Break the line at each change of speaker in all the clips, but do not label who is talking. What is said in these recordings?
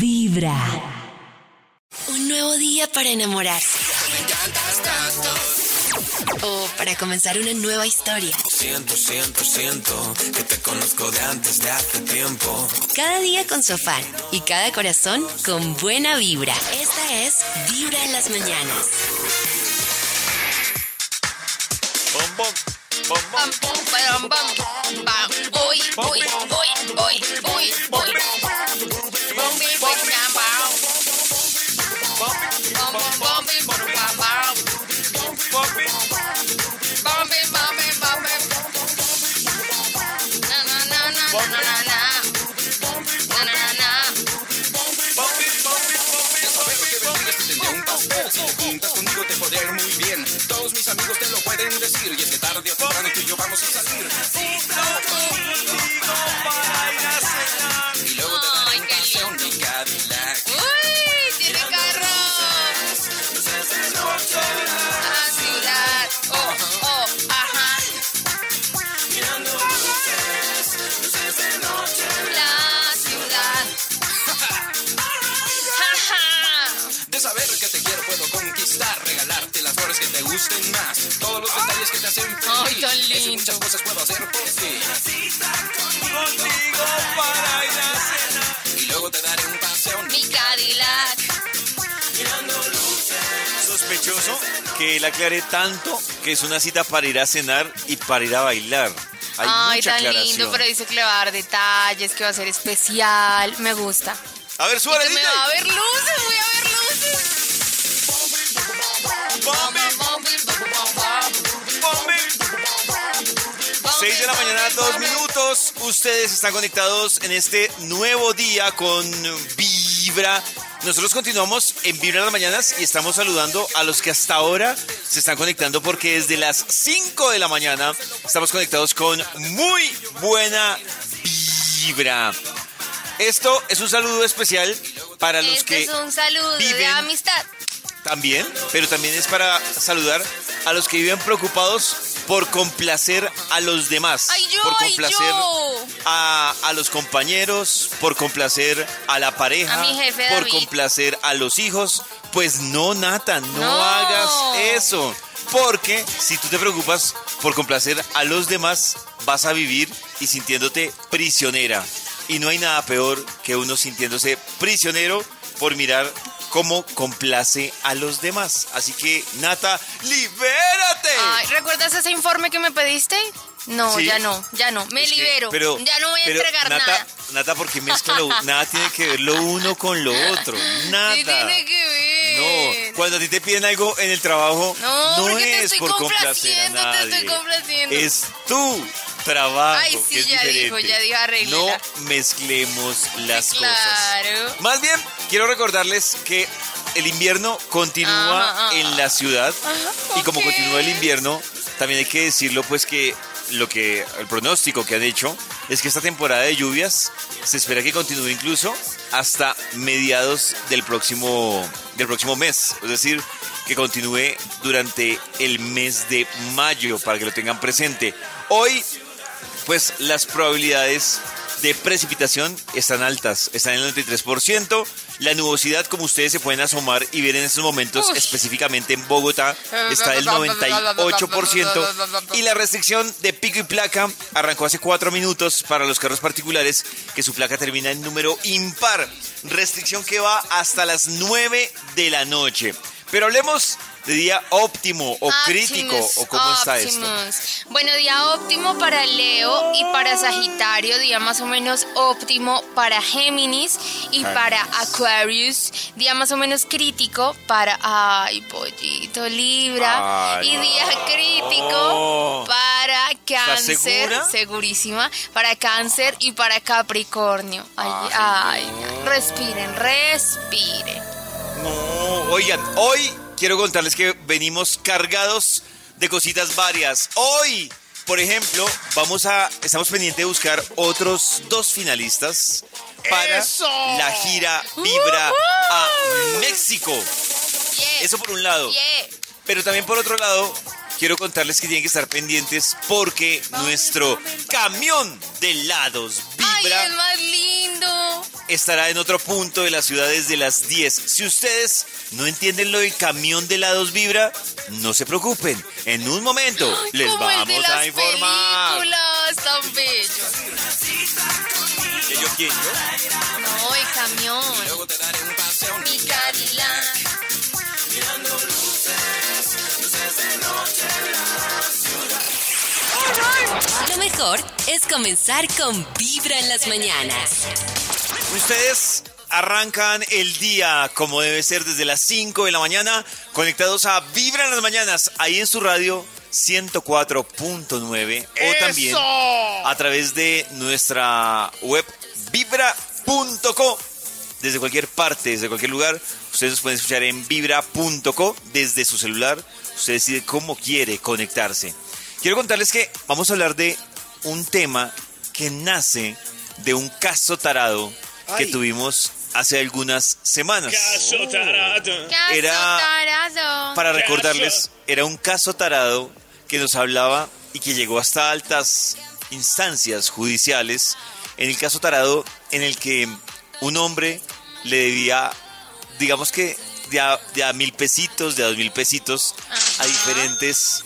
Vibra. Un nuevo día para enamorarse.
Me encantas tanto.
O para comenzar una nueva historia.
Siento, siento, siento que te conozco de antes de hace tiempo.
Cada día con su afán y cada corazón con buena vibra. Esta es Vibra en las mañanas.
Bom, bom, bom, bom.
Pam, pum, pam, pam, pam. Voy, voy, voy, voy, voy, voy. Bombi, voy, pam, pam. Bom, bom, bombi, bom, pam, pam. Bombi, bombi, bombi. Na, na, na, na, na, na, na. Na, na, na, na.
Ya sabemos que vendrías y tendría un papel. Si te juntas conmigo te podría ir muy bien. Todos mis amigos te lo pueden decir. Y es que tarde o temprano tú y yo vamos a salir. Y luego te daré
Ay,
un
qué lindo.
Chevy Cadillac.
Uy, tiene carro. La ciudad. Oh, oh, ajá. La ciudad. Ajá.
De saber que te quiero puedo conquistar. Regalarte las flores que te gusten más. Todos los detalles que te hacen
Ay,
feliz.
tan
Eso y
lindo.
muchas cosas puedo hacer por ti. Y luego te daré un paseo.
Mi Cadillac.
Sospechoso que él aclare tanto que es una cita para ir a cenar y para ir a bailar. Hay
Ay,
mucha
tan
aclaración.
lindo, pero dice que le va a dar detalles, que va a ser especial. Me gusta.
A ver,
Y
súbale,
que me
DJ.
va a ver luces, voy a ver luces.
Bom, bom, bom. 6 de la mañana, dos minutos. Ustedes están conectados en este nuevo día con Vibra. Nosotros continuamos en Vibra en las mañanas y estamos saludando a los que hasta ahora se están conectando porque desde las 5 de la mañana estamos conectados con muy buena vibra. Esto es un saludo especial para los
Este
que
es un saludo de
viven-
amistad.
también, pero también es para saludar a los que viven preocupados por complacer a los demás,
Ay, yo,
por
ay,
complacer
yo.
A, a los compañeros, por complacer a la pareja,
A mi jefe,
por
David.
complacer a los hijos. Pues no, Nata, no,
No.
hagas eso, porque si tú te preocupas por complacer a los demás, vas a vivir y sintiéndote prisionera. Y no hay nada peor que uno sintiéndose prisionero por mirar cómo complace a los demás. Así que, Nata, libérate.
Ay, ¿Recuerdas ese informe que me pediste? No,
Sí.
ya no, ya no. Me
Es que,
libero.
pero-
ya no voy a
pero,
entregar
Nata,
nada.
Nata, porque mezcla lo- nada tiene que ver lo uno con lo otro. Nada.
¿Qué tiene que ver?
No, cuando a ti te piden algo en el trabajo,
No,
no
porque te
es
estoy
por complacer a
complaciendo, te
nadie.
estoy complaciendo.
Es tu trabajo.
Ay, sí,
que es
ya dijo,
diferente.
ya dijo, arréglela.
No mezclemos las
claro.
cosas. Más bien, quiero recordarles que el invierno continúa
Ajá, ajá.
en la ciudad
Ajá,
y como
ok.
continúa el invierno, también hay que decirlo pues que lo que el pronóstico que han hecho es que esta temporada de lluvias se espera que continúe incluso hasta mediados del próximo del próximo mes, es decir, que continúe durante el mes de mayo para que lo tengan presente. Hoy pues las probabilidades de precipitación están altas, están en el 93%. La nubosidad, como ustedes se pueden asomar y ver en estos momentos,
Uy.
específicamente en Bogotá, está del 98%. Y la restricción de pico y placa arrancó hace cuatro minutos para los carros particulares, que su placa termina en número impar. Restricción que va hasta las 9 de la noche. Pero hablemos de día óptimo
Ah,
o crítico
Optimus,
o cómo está esto.
Optimus. Bueno, día óptimo para Leo y para Sagitario, día más o menos óptimo para Géminis y
Géminis.
para Aquarius, día más o menos crítico para ay, pollito Libra
Ay,
y
no. Oh.
día crítico para Cáncer,
segura?
segurísima, para Cáncer y para Capricornio. Ay, ay, ay. respiren, respiren.
No, Oh, oigan, hoy quiero contarles que venimos cargados de cositas varias. Hoy, por ejemplo, vamos a estamos pendientes de buscar otros dos finalistas para la gira Vibra a México.
Yeah,
Eso por un lado.
yeah.
Pero también por otro lado, quiero contarles que tienen que estar pendientes porque nuestro camión de lados
Ay,
Vibra
es más lindo.
estará en otro punto de la ciudad desde las 10. Si ustedes no entienden lo del camión de helados vibra, no se preocupen. En un momento les
Como el de
vamos
las
a informar.
películas, tan bello.
¿Que yo quién, yo?
No, el camión.
Luego te daré un paseo.
Mi Cadillac.
Lo mejor es comenzar con Vibra en las mañanas.
Ustedes arrancan el día como debe ser desde las 5 de la mañana, conectados a Vibra en las mañanas, ahí en su radio 104.9 o también ah, a través de nuestra web vibra.co. Desde cualquier parte, desde cualquier lugar, ustedes nos pueden escuchar en vibra.co desde su celular. Usted decide cómo quiere conectarse. Quiero contarles que vamos a hablar de un tema que nace de un caso tarado que
Ay.
tuvimos hace algunas semanas.
Caso tarado.
Caso
uh, Era-
tarazo.
Para
Caso.
recordarles, era un caso tarado que nos hablaba y que llegó hasta altas instancias judiciales. En el caso tarado, en el que un hombre le debía, digamos que de a, de a mil pesitos, de a dos mil pesitos,
Ajá.
a diferentes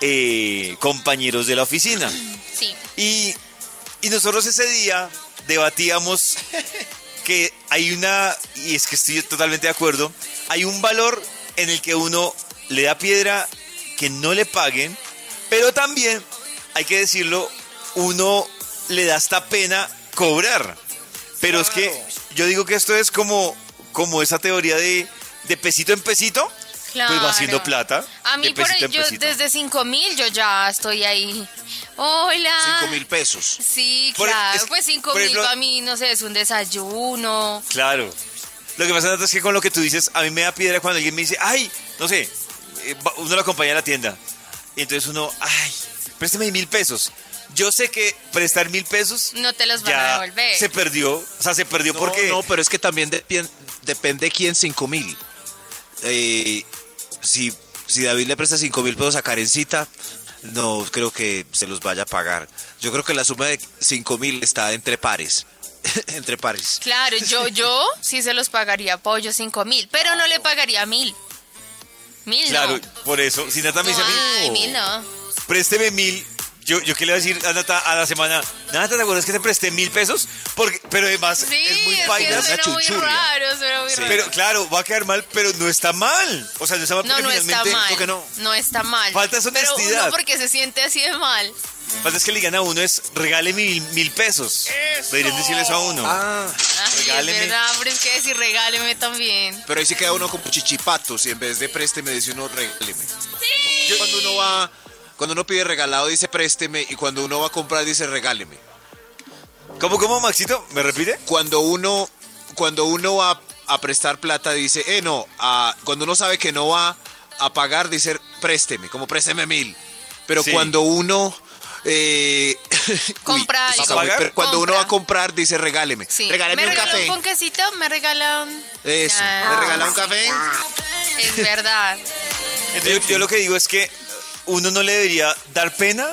eh, compañeros de la oficina.
Sí.
Y, y
pues,
nosotros ese día debatíamos que hay una, y es que estoy totalmente de acuerdo, hay un valor en el que uno le da piedra que no le paguen, pero también, hay que decirlo, uno le da hasta pena cobrar. Pero es que yo digo que esto es como, como esa teoría de, de pesito en pesito,
Claro.
pues va haciendo plata.
A mí,
de
por
pesito en
yo,
pesito.
desde 5 mil, yo ya estoy ahí. Hola.
5 mil pesos.
Sí,
Por- e-
claro.
es-
pues 5
por
mil
ejemplo-
para mí, no sé, es un desayuno.
Claro. Lo que pasa Nata, es que con lo que tú dices, a mí me da piedra cuando alguien me dice, ay, no sé, eh, va- uno lo acompaña a la tienda. Y entonces uno, ay, préstame mil pesos. Yo sé que prestar mil pesos
No te los van a
ya
devolver.
se perdió. O sea, se perdió
No,
porque...
no, pero es que también depien- depende quién 5 mil. Eh, si, si David le presta 5 mil pesos a Karencita, no creo que se los vaya a pagar. Yo creo que la suma de 5 mil está entre pares. entre pares.
Claro, yo, yo sí se los pagaría pollo 5 mil, pero no le pagaría mil. Mil
Claro,
no.
por eso, si Nata me dice,
No, ay,
"Oh,
mil no.
présteme mil, yo, yo qué le voy a decir a Nata a la semana, Nata, ¿te acuerdas que te presté mil pesos? Porque, pero además
Sí,
es muy
es
paila.
que
es una
suena muy
chuchurria.
raro, suena muy raro.
Pero claro, va a quedar mal, pero no está mal. O sea, no está mal
no,
porque
no está
finalmente...
mal.
que no.
está mal.
Falta es
Pero
honestidad.
uno porque se siente así de mal.
Falta es que le digan a uno es regale mil, mil pesos. Deberían decirle eso a uno.
Ah,
Ay,
Regáleme.
Es verdad, pero es que decir regáleme también.
pero ahí sí queda uno como chichipatos y en vez de présteme dice uno regáleme. Yo cuando uno va, cuando uno pide regalado dice présteme y cuando uno va a comprar dice regáleme.
¿Cómo, cómo, Maxito? ¿Me repite?
cuando uno cuando uno va a prestar plata dice eh no a- cuando uno sabe que no va a pagar dice présteme como présteme mil pero
Sí.
cuando uno eh,
Compra
uy,
algo.
está muy per- cuando uno
Compra.
va a comprar dice regáleme
Sí.
regáleme
¿Me
un
regala
café
un ponquecito? ¿Me regala un...?
eso
Ah,
me regala un café
Es verdad.
Entonces, yo lo que digo es que uno no le debería dar pena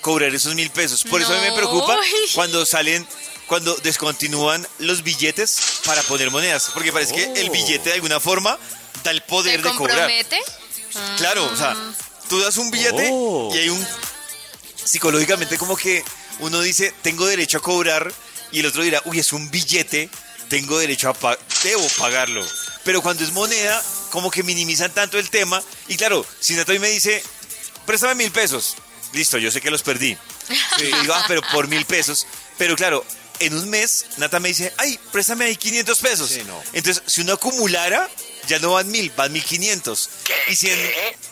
cobrar esos mil pesos. Por eso a mí me
No.
preocupa cuando salen, cuando descontinúan los billetes para poner monedas. Porque parece que el billete de alguna forma da el
¿Se
poder de cobrar.
compromete? Mm.
Claro, o sea, tú das un billete
Oh.
y hay un... Psicológicamente como que uno dice, tengo derecho a cobrar y el otro dirá, uy, es un billete, tengo derecho a pagar, debo pagarlo. Pero cuando es moneda, como que minimizan tanto el tema. Y claro, si Nato hoy me dice, préstame mil pesos, listo, yo sé que los perdí. Y digo, ah, pero por mil pesos. Pero claro, en un mes, Nata me dice, ay, préstame ahí 500 pesos.
Sí, no.
Entonces, si uno acumulara, ya no van mil, van 1500. Y si en,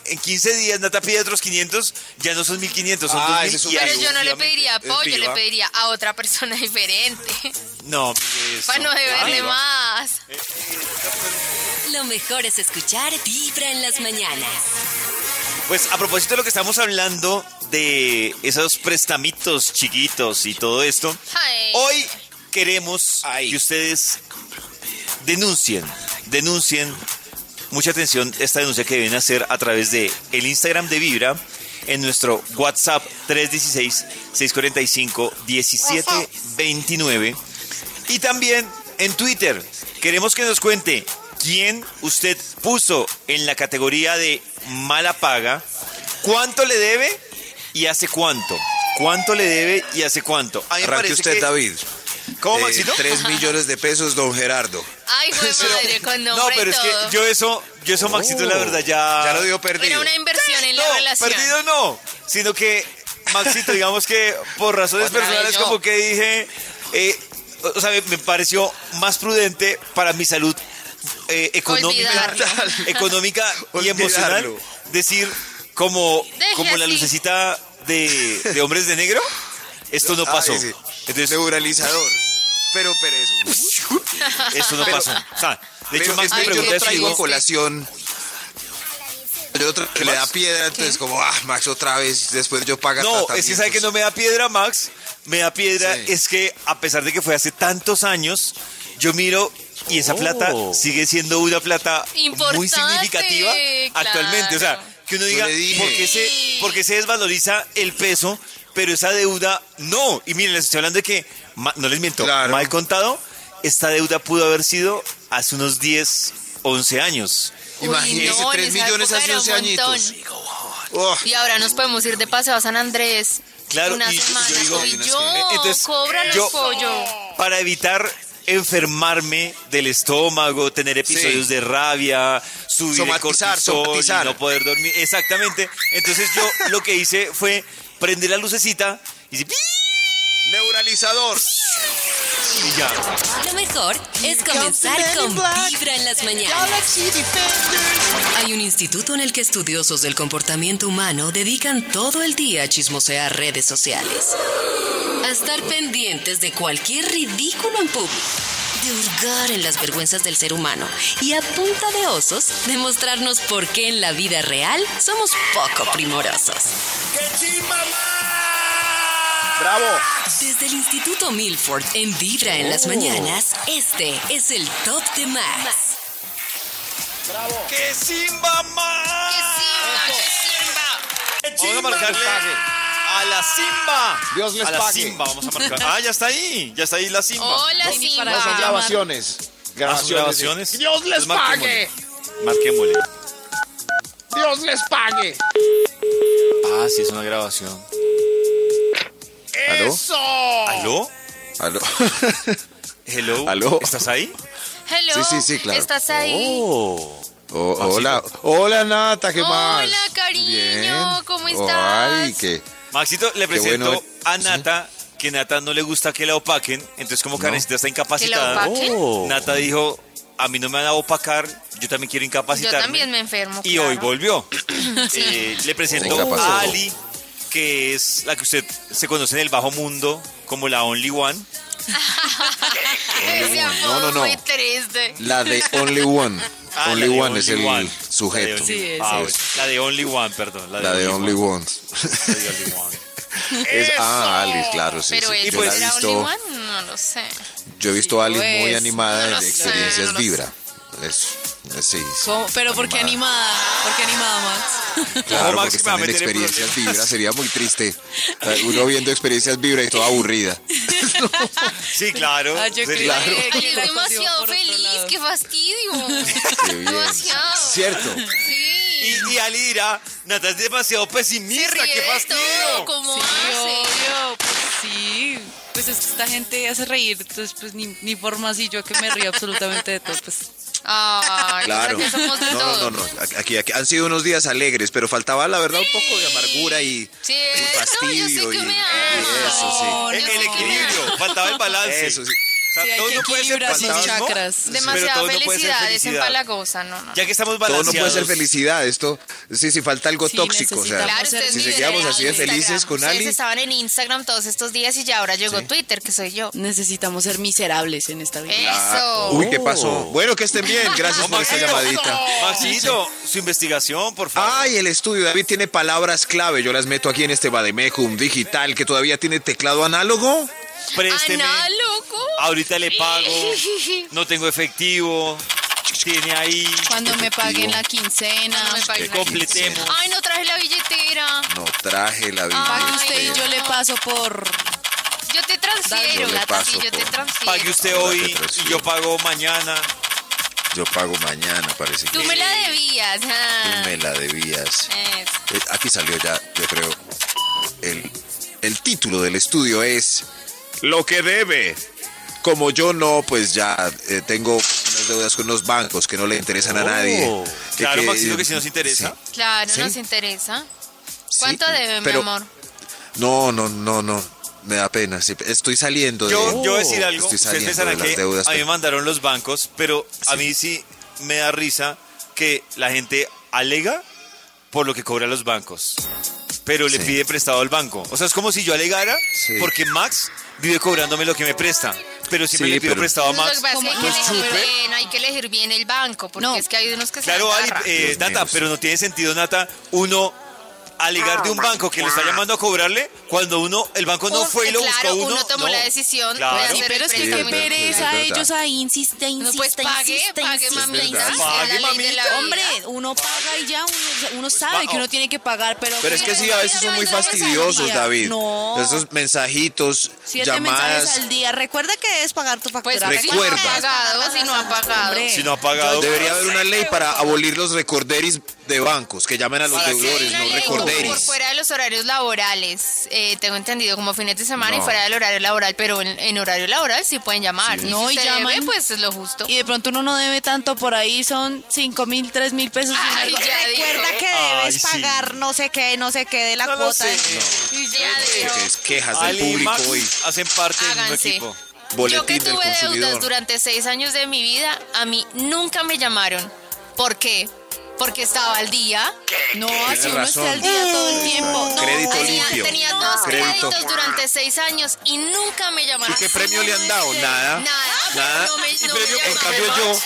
en 15 días Nata pide otros 500, ya no son 1500, son
Ah,
2000.
ese es un
y
Claro,
Pero yo no le
obviamente
pediría
es
apoyo, le
viva.
pediría a otra persona diferente. Ah,
No,
Para no deberle
Ah,
Claro.
más.
Lo mejor es escuchar Vibra en las mañanas.
Pues a propósito de lo que estamos hablando de esos prestamitos chiquitos y todo esto,
Ay.
hoy queremos
Ay.
que ustedes denuncien, denuncien, mucha atención esta denuncia que deben hacer a través de el Instagram de Vibra, en nuestro WhatsApp 316-645-1729 y también en Twitter. Queremos que nos cuente quién usted puso en la categoría de mala paga, cuánto le debe y hace cuánto. ¿Cuánto le debe y hace cuánto? A mí me
Arranque
parece
usted,
que-
David.
¿Cómo,
Eh,
Maxito?
Tres millones de pesos, don Gerardo.
Ay, fue madre, con nombre
No, pero
y
es
todo.
que yo eso, yo eso, Maxito, la verdad ya...
Oh, Ya lo dio perdido.
Era una inversión en la
no,
relación.
perdido no, sino que Maxito, digamos que por razones
Otra vez
personales
yo.
como que dije, eh, o sea, me, me pareció más prudente para mi salud eh, económica,
Olvidarlo.
económica y
Olvidarlo.
emocional, decir como,
Deje
como la
así.
lucecita de, de hombres de negro, esto no
Ah,
pasó.
sí.
Entonces,
Neuralizador. Pero Pérez.
esto no pasó. O sea, de hecho,
Pero
Max
es
me
que
pregunta
yo
eso y
traigo
digo,
este.
colación. Yo tra- que le da
Max?
piedra, entonces como, ah, Max otra vez, después yo paga
No, es que sabe que no me da piedra, Max. Me da piedra
Sí.
es que a pesar de que fue hace tantos años, yo miro y esa plata
Oh.
sigue siendo una plata muy
Importante,
significativa actualmente. O sea,
claro.
que uno
Yo
diga,
le dije.
¿por qué, se,
Sí.
por qué se desvaloriza el peso? Pero esa deuda, no. Y miren, les estoy hablando de que, ma- no les miento,
Claro.
mal contado, esta deuda pudo haber sido hace unos 10, 11 años.
Uy,
Imagínese,
no, en
3
esa
millones
época
hace
era
11
un montón.
añitos. Oh,
Y ahora nos podemos ir de paseo a San Andrés.
Claro,
una
y yo- yo
semana.
digo- Eh,
Soy yo,
Entonces,
cobra los
yo-
pollo.
para evitar enfermarme del estómago, tener episodios
Sí.
de rabia, subir el
Somatizar,
cortisol
somatizar.
y no poder dormir. Exactamente. Entonces yo lo que hice fue prender la lucecita y, hice pi-
neuralizador.
y ya.
Lo mejor es comenzar con Vibra en las mañanas. Hay un instituto en el que estudiosos del comportamiento humano dedican todo el día a chismosear redes sociales. A estar pendientes de cualquier ridículo en público. De hurgar en las vergüenzas del ser humano. Y a punta de osos, demostrarnos por qué en la vida real somos poco primorosos.
Bravo.
Desde el Instituto Milford en Vibra en las mañanas, este es el top de Max.
¡Que Simba
¡Que
más!
Simba, que Simba!
Vamos a marcarle a la Simba.
Dios les
a la
pague.
Simba vamos a marcar. Ah, ya está ahí. Ya está ahí la Simba.
Hola,
Las son
Simba.
grabaciones.
Ah, sus
Grabaciones.
grabaciones.
Dios les
Entonces, marquémosle. Marquémosle.
Dios les pague.
Ah, sí, es una grabación.
¿Aló?
Eso.
¿Aló?
Aló.
Hello.
¿Aló?
¿Estás ahí?
Hello.
Sí, sí, sí, claro.
¿Estás ahí?
Oh.
Oh, hola, hola Nata, ¿qué más?
Hola, cariño, ¿cómo estás?
Ay, qué.
Maxito, le presento
bueno.
a Nata, que Nata no le gusta que la opaquen, entonces como Karencita está incapacitada, Oh.
¿Que la opaquen?
Nata dijo, a mí no me van a opacar, yo también quiero
Yo
incapacitarme.
también me enfermo.
Y
claro.
hoy volvió. Eh, le presento
Incapacitó.
a Ali, que es la que usted se conoce en el bajo mundo como la Only One.
Ese apodo
No, no, no.
muy triste.
La de Only One.
Ah,
only
la de
One es el
One.
sujeto.
La de Only,
Sí,
ah,
sí.
bueno, la de Only One, perdón. La de,
La de Only
One.
One.
La de Only One.
Es, ah, Alice, claro, sí.
Pero
sí.
él
Yo, la he
era
visto,
Only One, no lo sé.
yo he visto a Alice muy
Pues,
animada
no lo
en
sé,
experiencias
no lo
Vibra. Es, es- sí, sí.
¿Cómo? Pero ¿por qué
Animada.
animada? ¿Por qué animada, Max?
Claro, porque
Ojo, Max, que me va a
están en
meter en
experiencias vibra, sería muy triste. Uno viendo experiencias vibra y toda aburrida.
Sí, claro.
Ah, yo
sería-
creí que- que
Es
la cogió
demasiado
por otro
feliz,
lado.
qué fastidio.
Qué bien.
Demasiado.
Cierto.
Sí.
Y, y Ali dirá, Nata es demasiado pesimista, qué
Ríe de todo,
fastidio.
¿Cómo
Sí,
hace?
obvio, pues sí. Pues es que esta gente hace reír, entonces pues ni, ni forma así yo que me río absolutamente de todo, pues
Ay,
Claro.
o sea, Ah, que somos de
No, no,
todo.
no, no. Aquí, aquí han sido unos días alegres, pero faltaba la verdad un poco de amargura y, y
Sí, eso, yo sé
fastidio
que
y,
me
y
ama.
eso, sí.
El, el equilibrio, faltaba el balance.
Eso sí.
O sea,
Sí, hay
todo
que
no puede ser
equilibrar sus
fatalismo,
chakras.
pero
Demasiada
todo no puede ser
felicidad, es
felicidad.
empalagosa, no, no.
Ya que estamos
Todo
balanceados.
no puede ser felicidad, esto sí, sí falta algo
Sí,
tóxico. O sea,
necesitamos
Claro,
Si
ustedes
si
viven
seguíamos
en
así de
Instagram.
felices con
Ustedes
Ali,
estaban en Instagram todos estos días y ya ahora llegó Twitter, que soy yo.
necesitamos ser miserables en esta vida.
Eso.
ah, uy, ¿qué pasó? Bueno, que este, estén bien, gracias
No,
por esta
Maxito.
llamadita.
Maxito, su investigación, por favor.
Ay, el estudio, David tiene palabras clave, yo las meto aquí en este Bademecum digital que todavía tiene teclado análogo.
Ah,
Présteme.
Ana, loco.
Ahorita le pago. No tengo efectivo. Tiene ahí.
Cuando me paguen la
No
quincena,
me pagué.
Completemos.
Ay, no traje la billetera.
No traje la
Ah,
para
vida.
que usted y yo le paso por...
Yo te transfiero,
Yo le
Nata,
paso
sí, yo te
por-
Pague
transfiero.
usted
No te
hoy y
transfiero.
yo pago mañana.
Yo pago mañana, parece que
Tú me la debías.
tú
ah.
me la debías.
Es.
Eh, Aquí salió ya, yo creo. El, el título del estudio es Lo que debe. Como yo no, pues ya eh, tengo unas deudas con los bancos que no le interesan a
Oh.
nadie. Eh,
Claro, Maxito, que si nos interesa.
Sí,
Claro,
¿Sí?
nos interesa.
sí,
¿Cuánto debe,
pero-
mi amor?
No, no, no, no. Me da pena. sí, Estoy saliendo de.
Yo, yo voy a decir algo.
Estoy
Ustedes
saliendo de
pensarán
las
que
deudas.
a mí me
pero-
mandaron los bancos, pero a mí sí me da risa que la gente alega por lo que cobran los bancos, pero le
Sí.
pide prestado al banco. O sea, es como si yo alegara
Sí.
porque Max vive cobrándome lo que me presta, pero siempre
Sí,
le pido
pero-
prestado a
Lo que
Max.
pasa es que hay que,
Pues,
elegir
chupe.
bien, hay que elegir bien el banco, porque
No.
es que hay unos que se
Claro, Ali,
agarran.
eh,
Dios
Nata,
mío.
pero no tiene sentido, Nata, uno alegar
Oh
de un banco que lo está llamando a cobrarle cuando uno, el banco no
Un-
fue y lo
claro,
buscó a uno.
uno tomó
No.
la decisión de
Claro.
hacer-
Pero es que
Sí,
qué
es verdad,
pereza
sí, es
ellos ahí, insiste,
No,
insiste,
pues pague,
insiste,
pague,
insiste,
mamita.
insiste.
Pague,
es la ley de la vida.
Hombre, uno paga y ya, uno, uno sabe
va-
que uno tiene que pagar, pero...
Pues, Pero es que sí, a veces son muy
Siete
fastidiosos,
mensajes al día.
David.
No,
Esos mensajitos,
siete mensajes
llamadas.
al día. Recuerda que debes pagar tu
Pues
factura.
si no
Recuerda.
han pagado, si no han pagado.
Hombre.
Si no ha pagado,
Debería haber una ley para abolir los recorderis de bancos, que llamen a los
Para que
deudores,
Una
no
ley Por
recorderis.
fuera de los horarios laborales, eh, tengo entendido como fines de semana y
No.
fuera del horario laboral, pero en, en horario laboral sí pueden llamar.
Sí.
Y
No,
si
y
se
llaman.
debe, pues es lo justo.
Y de pronto uno no debe tanto por ahí, son cinco mil, tres mil pesos. y uno
Ay,
digo,
ya
Recuerda
dijo.
que
Ay,
debes
sí.
pagar no sé qué, no sé qué de eh. la
No lo
cuota.
sé.
Y ya digo,
Que es quejas del
Ali y
público
Max
hoy.
hacen parte de un
Háganse.
equipo.
Yo que
Boletín del
tuve deudas
consumidor.
durante seis años de mi vida, a mí nunca me llamaron. ¿Por qué? Porque estaba al día.
No,
Tienes
si uno
razón.
está al día todo el
Tienes
tiempo.
razón.
No,
Crédito
Tenía,
limpio.
tenía dos
Crédito.
créditos durante seis años y nunca me
¿Y
llamaron.
qué premio le han dado? Nada.
Nada, pero
Nada.
no me, no me
premio- en
llamaron.
cambio yo.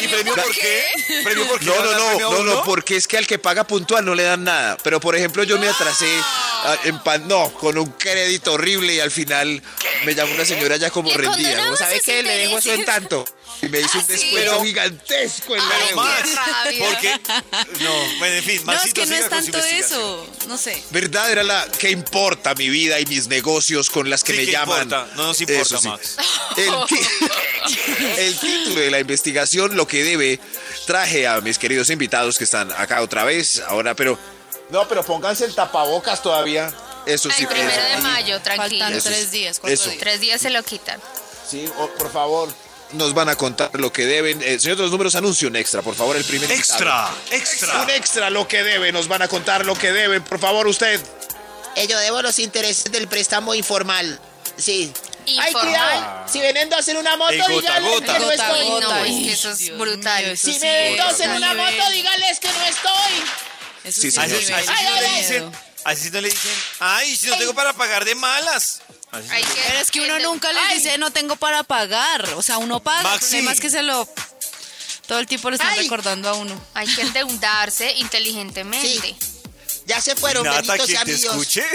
¿Y premio por qué? ¿Premio por qué?
No,
¿Le dan
no,
premio a
no, no,
uno?
no, porque es que al que paga puntual no le dan nada. Pero por ejemplo, yo me atrasé ah, en pan, no, con un crédito horrible y al final me llamó una señora ya como
Le
rendida.
condonamos
¿No sabe
sus
qué? Le dejo eso en
intereses.
tanto. Y me hizo
Ah,
un
sí.
descuento
Pero-
gigantesco en la
Ay,
Pero
deuda.
más,
qué rabia.
porque no, bueno, en fin,
No, es
Maxito,
que no
siga
es
con su
tanto
investigación.
eso. No sé.
¿Verdad? Era la que importa mi vida y mis negocios con las que
Sí,
me
¿qué
llaman.
importa? No nos importa,
Eso sí.
Max.
El, ti- el título de la investigación, lo que debe, traje a mis queridos invitados que están acá otra vez ahora, pero. No, pero pónganse el tapabocas todavía. Eso
El
sí,
primero
eso.
de mayo,
Faltan
tranquilo.
Eso
tres
es-
días, cuatro
eso.
días.
Tres días se lo quitan.
Sí, o- por favor. Nos van a contar lo que deben. Eh, señor de los números, anuncie un extra, por favor, el primer invitado. Un extra lo que deben, nos van a contar lo que deben, por favor, usted.
Eh, Yo debo los intereses del préstamo informal. Sí. Ay,
Informal.
cuidado. Si venden dos en una moto,
El gota a
díganles
gota.
que no
Gota a
estoy.
Ay, no,
gota.
es que eso es brutal.
mío, eso
Si
sí
me ven
es
dos en una
nivel.
moto, díganles que no estoy.
Eso
Sí,
sí,
señor.
Así,
es nivel.
así no le
Ay,
dicen,
miedo.
así no le dicen, ay, si no tengo para pagar de malas.
Hay que,
Pero es que uno nunca les
Ay,
dice no tengo para pagar. O sea, uno paga.
Maxi.
El problema es que se lo. Todo el tiempo le están
Ay.
recordando a uno.
Hay que endeudarse inteligentemente.
Sí. Ya se fueron,
Nata,
benditos
que
sean
te
mi Dios.
escuche.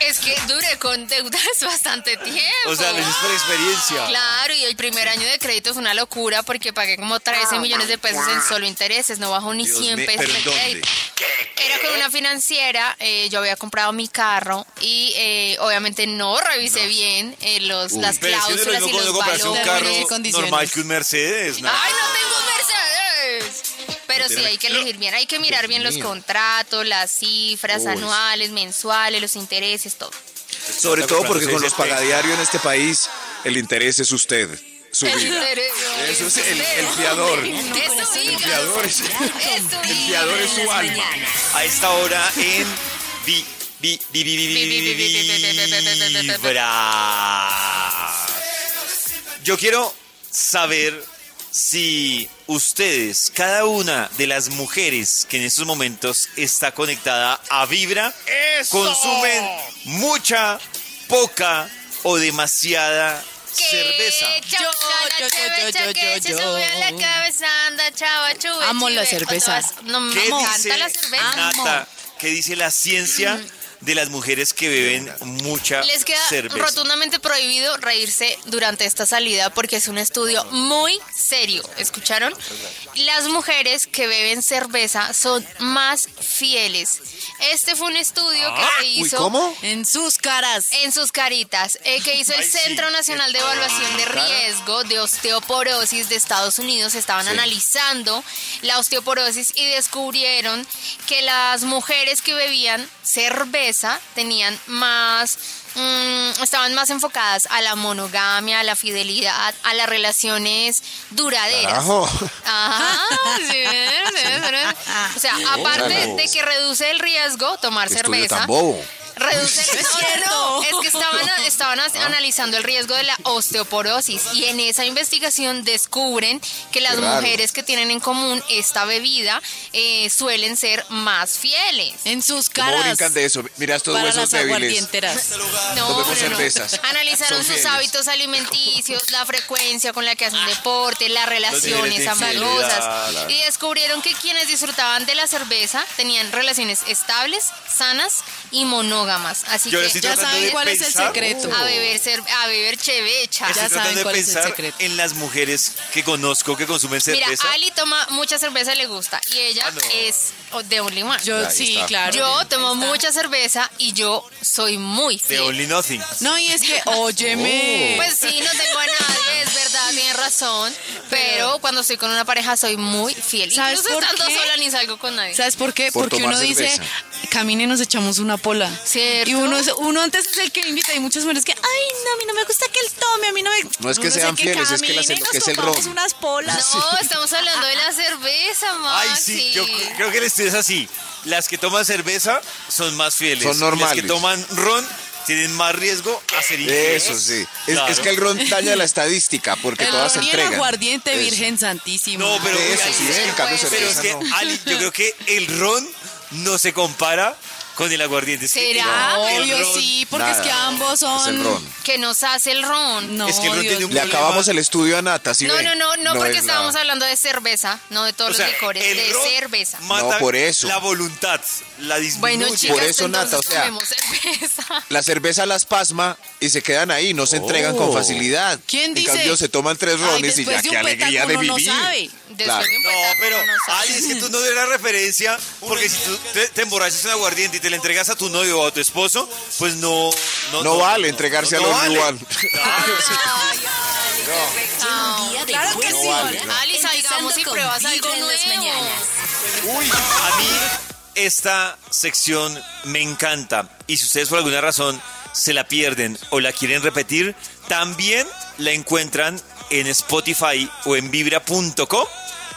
Es que duré con deudas bastante tiempo.
O sea, lo hiciste por experiencia.
Claro, y el primer año de crédito fue una locura porque pagué como
Ah,
13 millones de pesos en solo intereses, no bajó ni
Dios
100
mío,
pesos
¿pero
de
en dónde?
crédito. Era con una financiera, eh, yo había comprado mi carro y eh, obviamente no revisé bien eh, los,
Uy.
las
Pero es que no es lo
cláusulas
mismo
y
cuando
los
compras un
valores,
carro
las condiciones.
normal que un Mercedes. Nata.
¡Ay, no tengo un Mercedes! Pero sí, hay que elegir bien, hay que mirar bien los contratos, las cifras
Uy.
anuales, mensuales, los intereses, todo.
Sobre todo porque con los
Entonces,
pagadiarios en este país, el interés es usted, su
El
vida.
interés.
Eso es el, el fiador. El
Eso diga.
fiador es,
Eso
el
diga.
fiador es su alma.
A esta hora en vi, vi, vi, vi, vi, vi, vi, vi, vi- vibra. Yo quiero saber si ustedes, cada una de las mujeres que en estos momentos está conectada a Vibra, consumen mucha, poca o demasiada cerveza.
Yo, yo, yo, yo, yo, yo, la cabeza, anda, chava, chuve,
Amo la
chive, o
cerveza.
todas- No, me
¿Qué
encanta
dice
la cerveza.
Nata? ¿Qué dice la ciencia
Mm.
de las mujeres que beben mucha
Les queda
cerveza?
rotundamente prohibido reírse durante esta salida porque es un estudio muy serio. ¿Escucharon? Las mujeres que beben cerveza son más fieles. Este fue un estudio que se
Uy,
hizo
Ah, ¿cómo?
En sus caras.
en sus caritas, eh, que hizo el Centro Nacional de Evaluación de Riesgo de Osteoporosis de Estados Unidos. Estaban analizando la osteoporosis y descubrieron que las mujeres que bebían cerveza tenían más... mm, estaban más enfocadas a la monogamia, a la fidelidad, a las relaciones duraderas.
Carajo.
Ajá, sí, sí, sí. O sea, aparte de que reduce el riesgo tomar
Qué estudio Pues tan
cerveza,
bobo.
Reduce el
es
no,
cierto.
no, es que estaban, estaban
Ah.
as- analizando el riesgo de la osteoporosis y en esa investigación descubren que las
Qué raro.
mujeres que tienen en común esta bebida eh, suelen ser más fieles.
En sus
¿Cómo
caras.
brincan de eso? Mira estos
Para
huesos
las
débiles.
aguardienteras.
No,
Tomemos
no, no.
cervezas.
Analizaron
Son
sus
fieles.
hábitos alimenticios, la frecuencia con la que hacen deporte, las relaciones
niveles de infidelidad,
amorosas
claro.
y descubrieron que quienes disfrutaban de la cerveza tenían relaciones estables, sanas y monógamas. Así
Yo
que
estoy
ya
tratando
saben
de
cuál es el
pensar-
secreto.
a beber cer- a beber
Estoy
chevecha.
Ya saben
tratando de
cuál es el
pensar
secreto.
en las mujeres que conozco que consumen
Mira,
cerveza.
Ali toma mucha cerveza, le gusta y ella
Ah, no.
es de only one. Yo,
Yo
Ahí
sí,
está.
claro.
tomo mucha cerveza y yo soy muy
de
fiel.
Only Nothing.
No, y es que,
Oh.
óyeme.
Pues sí, no tengo a nadie, es verdad, tienes razón. Pero cuando estoy con una pareja soy muy fiel.
¿Sabes
Incluso
por
estando
qué?
sola ni salgo con nadie.
¿Sabes por qué?
Por
Porque
tomar
uno dice,
cerveza.
camine, nos echamos una pola.
¿Cierto?
Y uno, es, uno antes es el que invita. Hay muchas mujeres que, ay, no, a mí no me gusta que él tome, a mí no me.
No es que
Uno
sean
el
fieles, es que las
camine y nos
enloquece el ron.
tomamos unas polas.
No, estamos hablando de la cerveza, Maxi.
Ay, sí, yo cre- creo que el estudio es así. Las que toman cerveza son más fieles.
Son normales.
Las que toman ron tienen más riesgo a ser infieles.
Eso sí. Es,
Claro.
es que el ron daña la estadística porque
el
todas se
ron y el
entregan.
aguardiente,
Eso.
Virgen Santísima.
No, pero
De eso
Ay,
sí,
sí,
en cambio
pues,
Pero es
cerveza
que,
no.
Ali, yo creo que el ron no se compara con el aguardiente. Es que
¿Será?
el
Obvio,
ron-
sí, porque
Nada,
es que ambos son.
Es el ron.
Que nos hace el ron.
No,
Es que el ron
Dios
tiene
Le
un
mío.
problema.
acabamos el estudio a Nata, ¿sí
No,
ve?
no, no, no, porque
es la-
estábamos hablando de cerveza, no de todos
O sea,
los licores,
el
de
ron
cerveza.
mata
No, por eso.
La voluntad, la disminuye.
Bueno, chicas,
Por eso,
entonces
Nata, o sea-
tomemos cerveza.
La cerveza las pasma y se quedan ahí, no se
Oh.
entregan con facilidad.
¿Quién
en
dice?
cambio, se toman tres
Ay,
rones y
después
ya qué
de un
alegría de
petaco uno no
vivir.
sabe.
Después
Claro.
de un
No,
petaco,
pero
no sabe.
ay, es que tú no de la referencia, porque si tú te, te emborrachas en aguardiente y te la entregas a tu novio o a tu esposo, pues no...
No, vale entregarse
no, no
a los
vale.
igual.
Un día de
Claro que
buena
sí.
vibra,
Ali, salgamos y
empezando con
pruebas algo
Vibra en las
nuevo.
mañanas.
A mí esta sección me encanta y si ustedes por alguna razón se la pierden o la quieren repetir, también la encuentran en Spotify o en vibra.com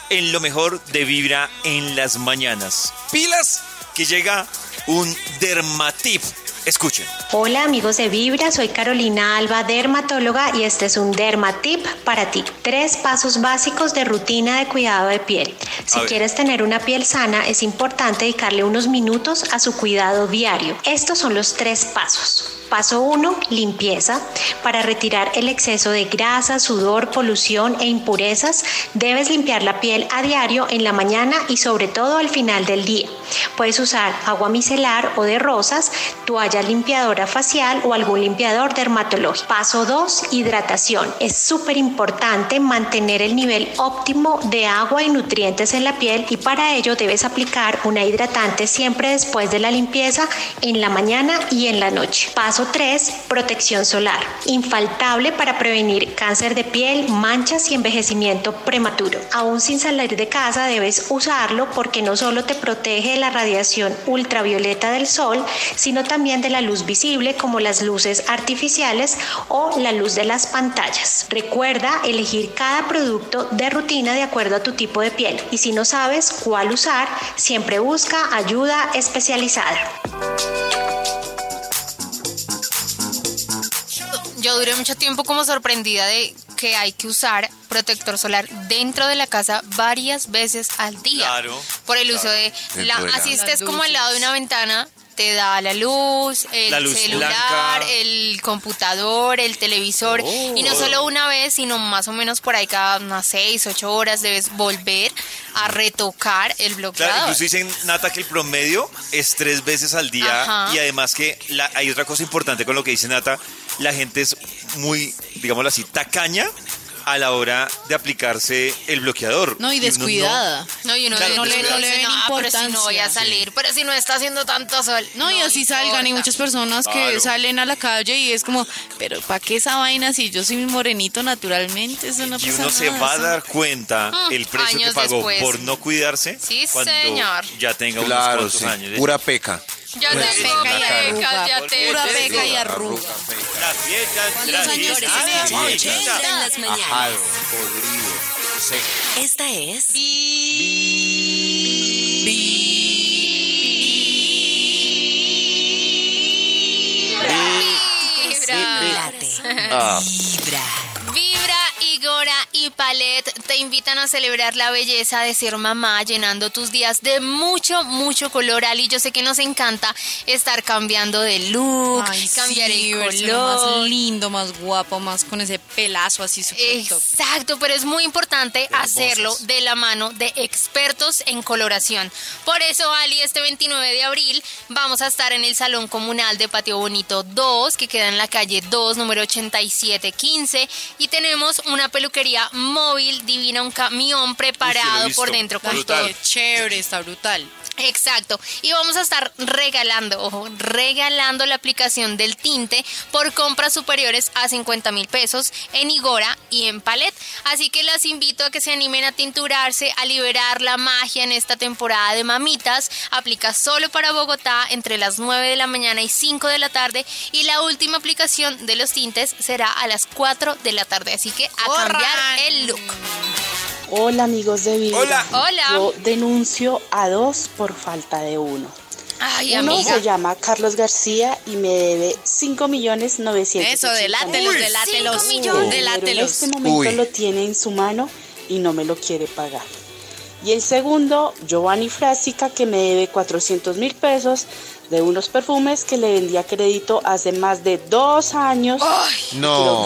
en lo mejor de Vibra en las mañanas. Pilas que llega un dermatip. Escuchen.
Hola amigos de Vibra, soy Carolina Alba, dermatóloga y este es un dermatip para ti. Tres pasos básicos de rutina de cuidado de piel. Si
ver.
quieres tener una piel sana, es importante dedicarle unos minutos a su cuidado diario. Estos son los tres pasos. Paso 1, limpieza. Para retirar el exceso de grasa, sudor, polución e impurezas, debes limpiar la piel a diario en la mañana y sobre todo al final del día. Puedes usar agua micelar o de rosas, toalla limpiadora facial o algún limpiador dermatológico. Paso 2, hidratación. Es súper importante mantener el nivel óptimo de agua y nutrientes en la piel y para ello debes aplicar una hidratante siempre después de la limpieza en la mañana y en la noche. Paso 3, protección solar. Infaltable para prevenir cáncer de piel, manchas y envejecimiento prematuro. Aún sin salir de casa debes usarlo porque no solo te protege de la radiación ultravioleta del sol, sino también de la luz visible como las luces artificiales o la luz de las pantallas. Recuerda elegir cada producto de rutina de acuerdo a tu tipo de piel y si no sabes cuál usar, siempre busca ayuda especializada.
Yo duré mucho tiempo como sorprendida de que hay que usar protector solar dentro de la casa varias veces al día.
Claro,
Por el uso de la,
Dentro de la-
así
Las
estés como al
luces.
lado de una ventana te da la luz, el
La luz
celular,
blanca. Oh.
el computador, el televisor y no solo una vez, sino más o menos por ahí cada unas 6, 8 horas debes volver a retocar el
Claro,
bloqueador.
incluso dicen, Nata, que el promedio es tres veces al día.
Ajá.
Y además que la- hay otra cosa importante con lo que dice Nata, la gente es muy, digámoslo así, tacaña a la hora de aplicarse el bloqueador.
No, y
uno
descuidada.
No, y uno
Claro,
ve-
no le- no le
dice,
ven
"Ah, pero si
importancia".
no voy a salir, pero si no está haciendo tanto sol.
No, y así salgan, y
importa.
muchas personas que
Claro.
salen a la calle y es como, pero ¿para qué esa vaina si yo soy morenito naturalmente? Eso no
y
pasa
uno se
nada,
va a
eso-
dar cuenta
Mm,
el precio que
años
pagó
después.
por no cuidarse
Sí,
cuando
señor.
ya tenga
Claro,
unos cuantos
sí.
años. ¿eh?
Pura peca.
Ya
Pues sí,
tengo
una
pecas,
arruga,
ya tengo
Pura peca y arruga.
Las fiestas de las
Señores,
fiestas.
en el 80 en las mañanas.
Ajado, podrido, seco.
Esta es
Vibra. Ah.
Ah.
Vibra.
Vibra, Igora y Palet te invitan a celebrar la belleza de ser mamá, llenando tus días de mucho, mucho color. Ali, yo sé que nos encanta estar cambiando de look,
Ay,
cambiar
sí,
el
verse
color.
Más lindo, más guapo, más con ese pelazo así super top.
Exacto, pero es muy importante hacerlo de la mano de expertos en coloración. Por eso, Ali, este 29 de abril vamos a estar en el Salón Comunal de Patio Bonito 2, que queda en la calle 2, número 8715, y tenemos una peluquería móvil divina, un camión preparado
visto.
por dentro con
Brutal.
todo.
Qué chévere, está brutal.
Exacto. Y vamos a estar regalando, ojo, regalando la aplicación del tinte por compras superiores a 50 mil pesos en Igora y en Palet. Así que las invito a que se animen a tinturarse, a liberar la magia en esta temporada de mamitas. Aplica solo para Bogotá entre las 9 de la mañana y 5 de la tarde. Y la última aplicación de los tintes será a las 4 de la tarde. Así que a cambiar
Corran.
el look.
Hola amigos de Vibra.
Hola.
Hola.
Yo denuncio a dos por falta de uno.
Ay,
uno
amiga.
se llama Carlos García y me debe 5 millones
Eso, delátelos, delátelos.
Cinco millones.
En
Delátelos.
este momento
Uy.
lo tiene en su mano y no me lo quiere pagar. Y el segundo, Giovanni Frásica, que me debe 400 mil pesos de unos perfumes que le vendía crédito hace más de dos años.
No,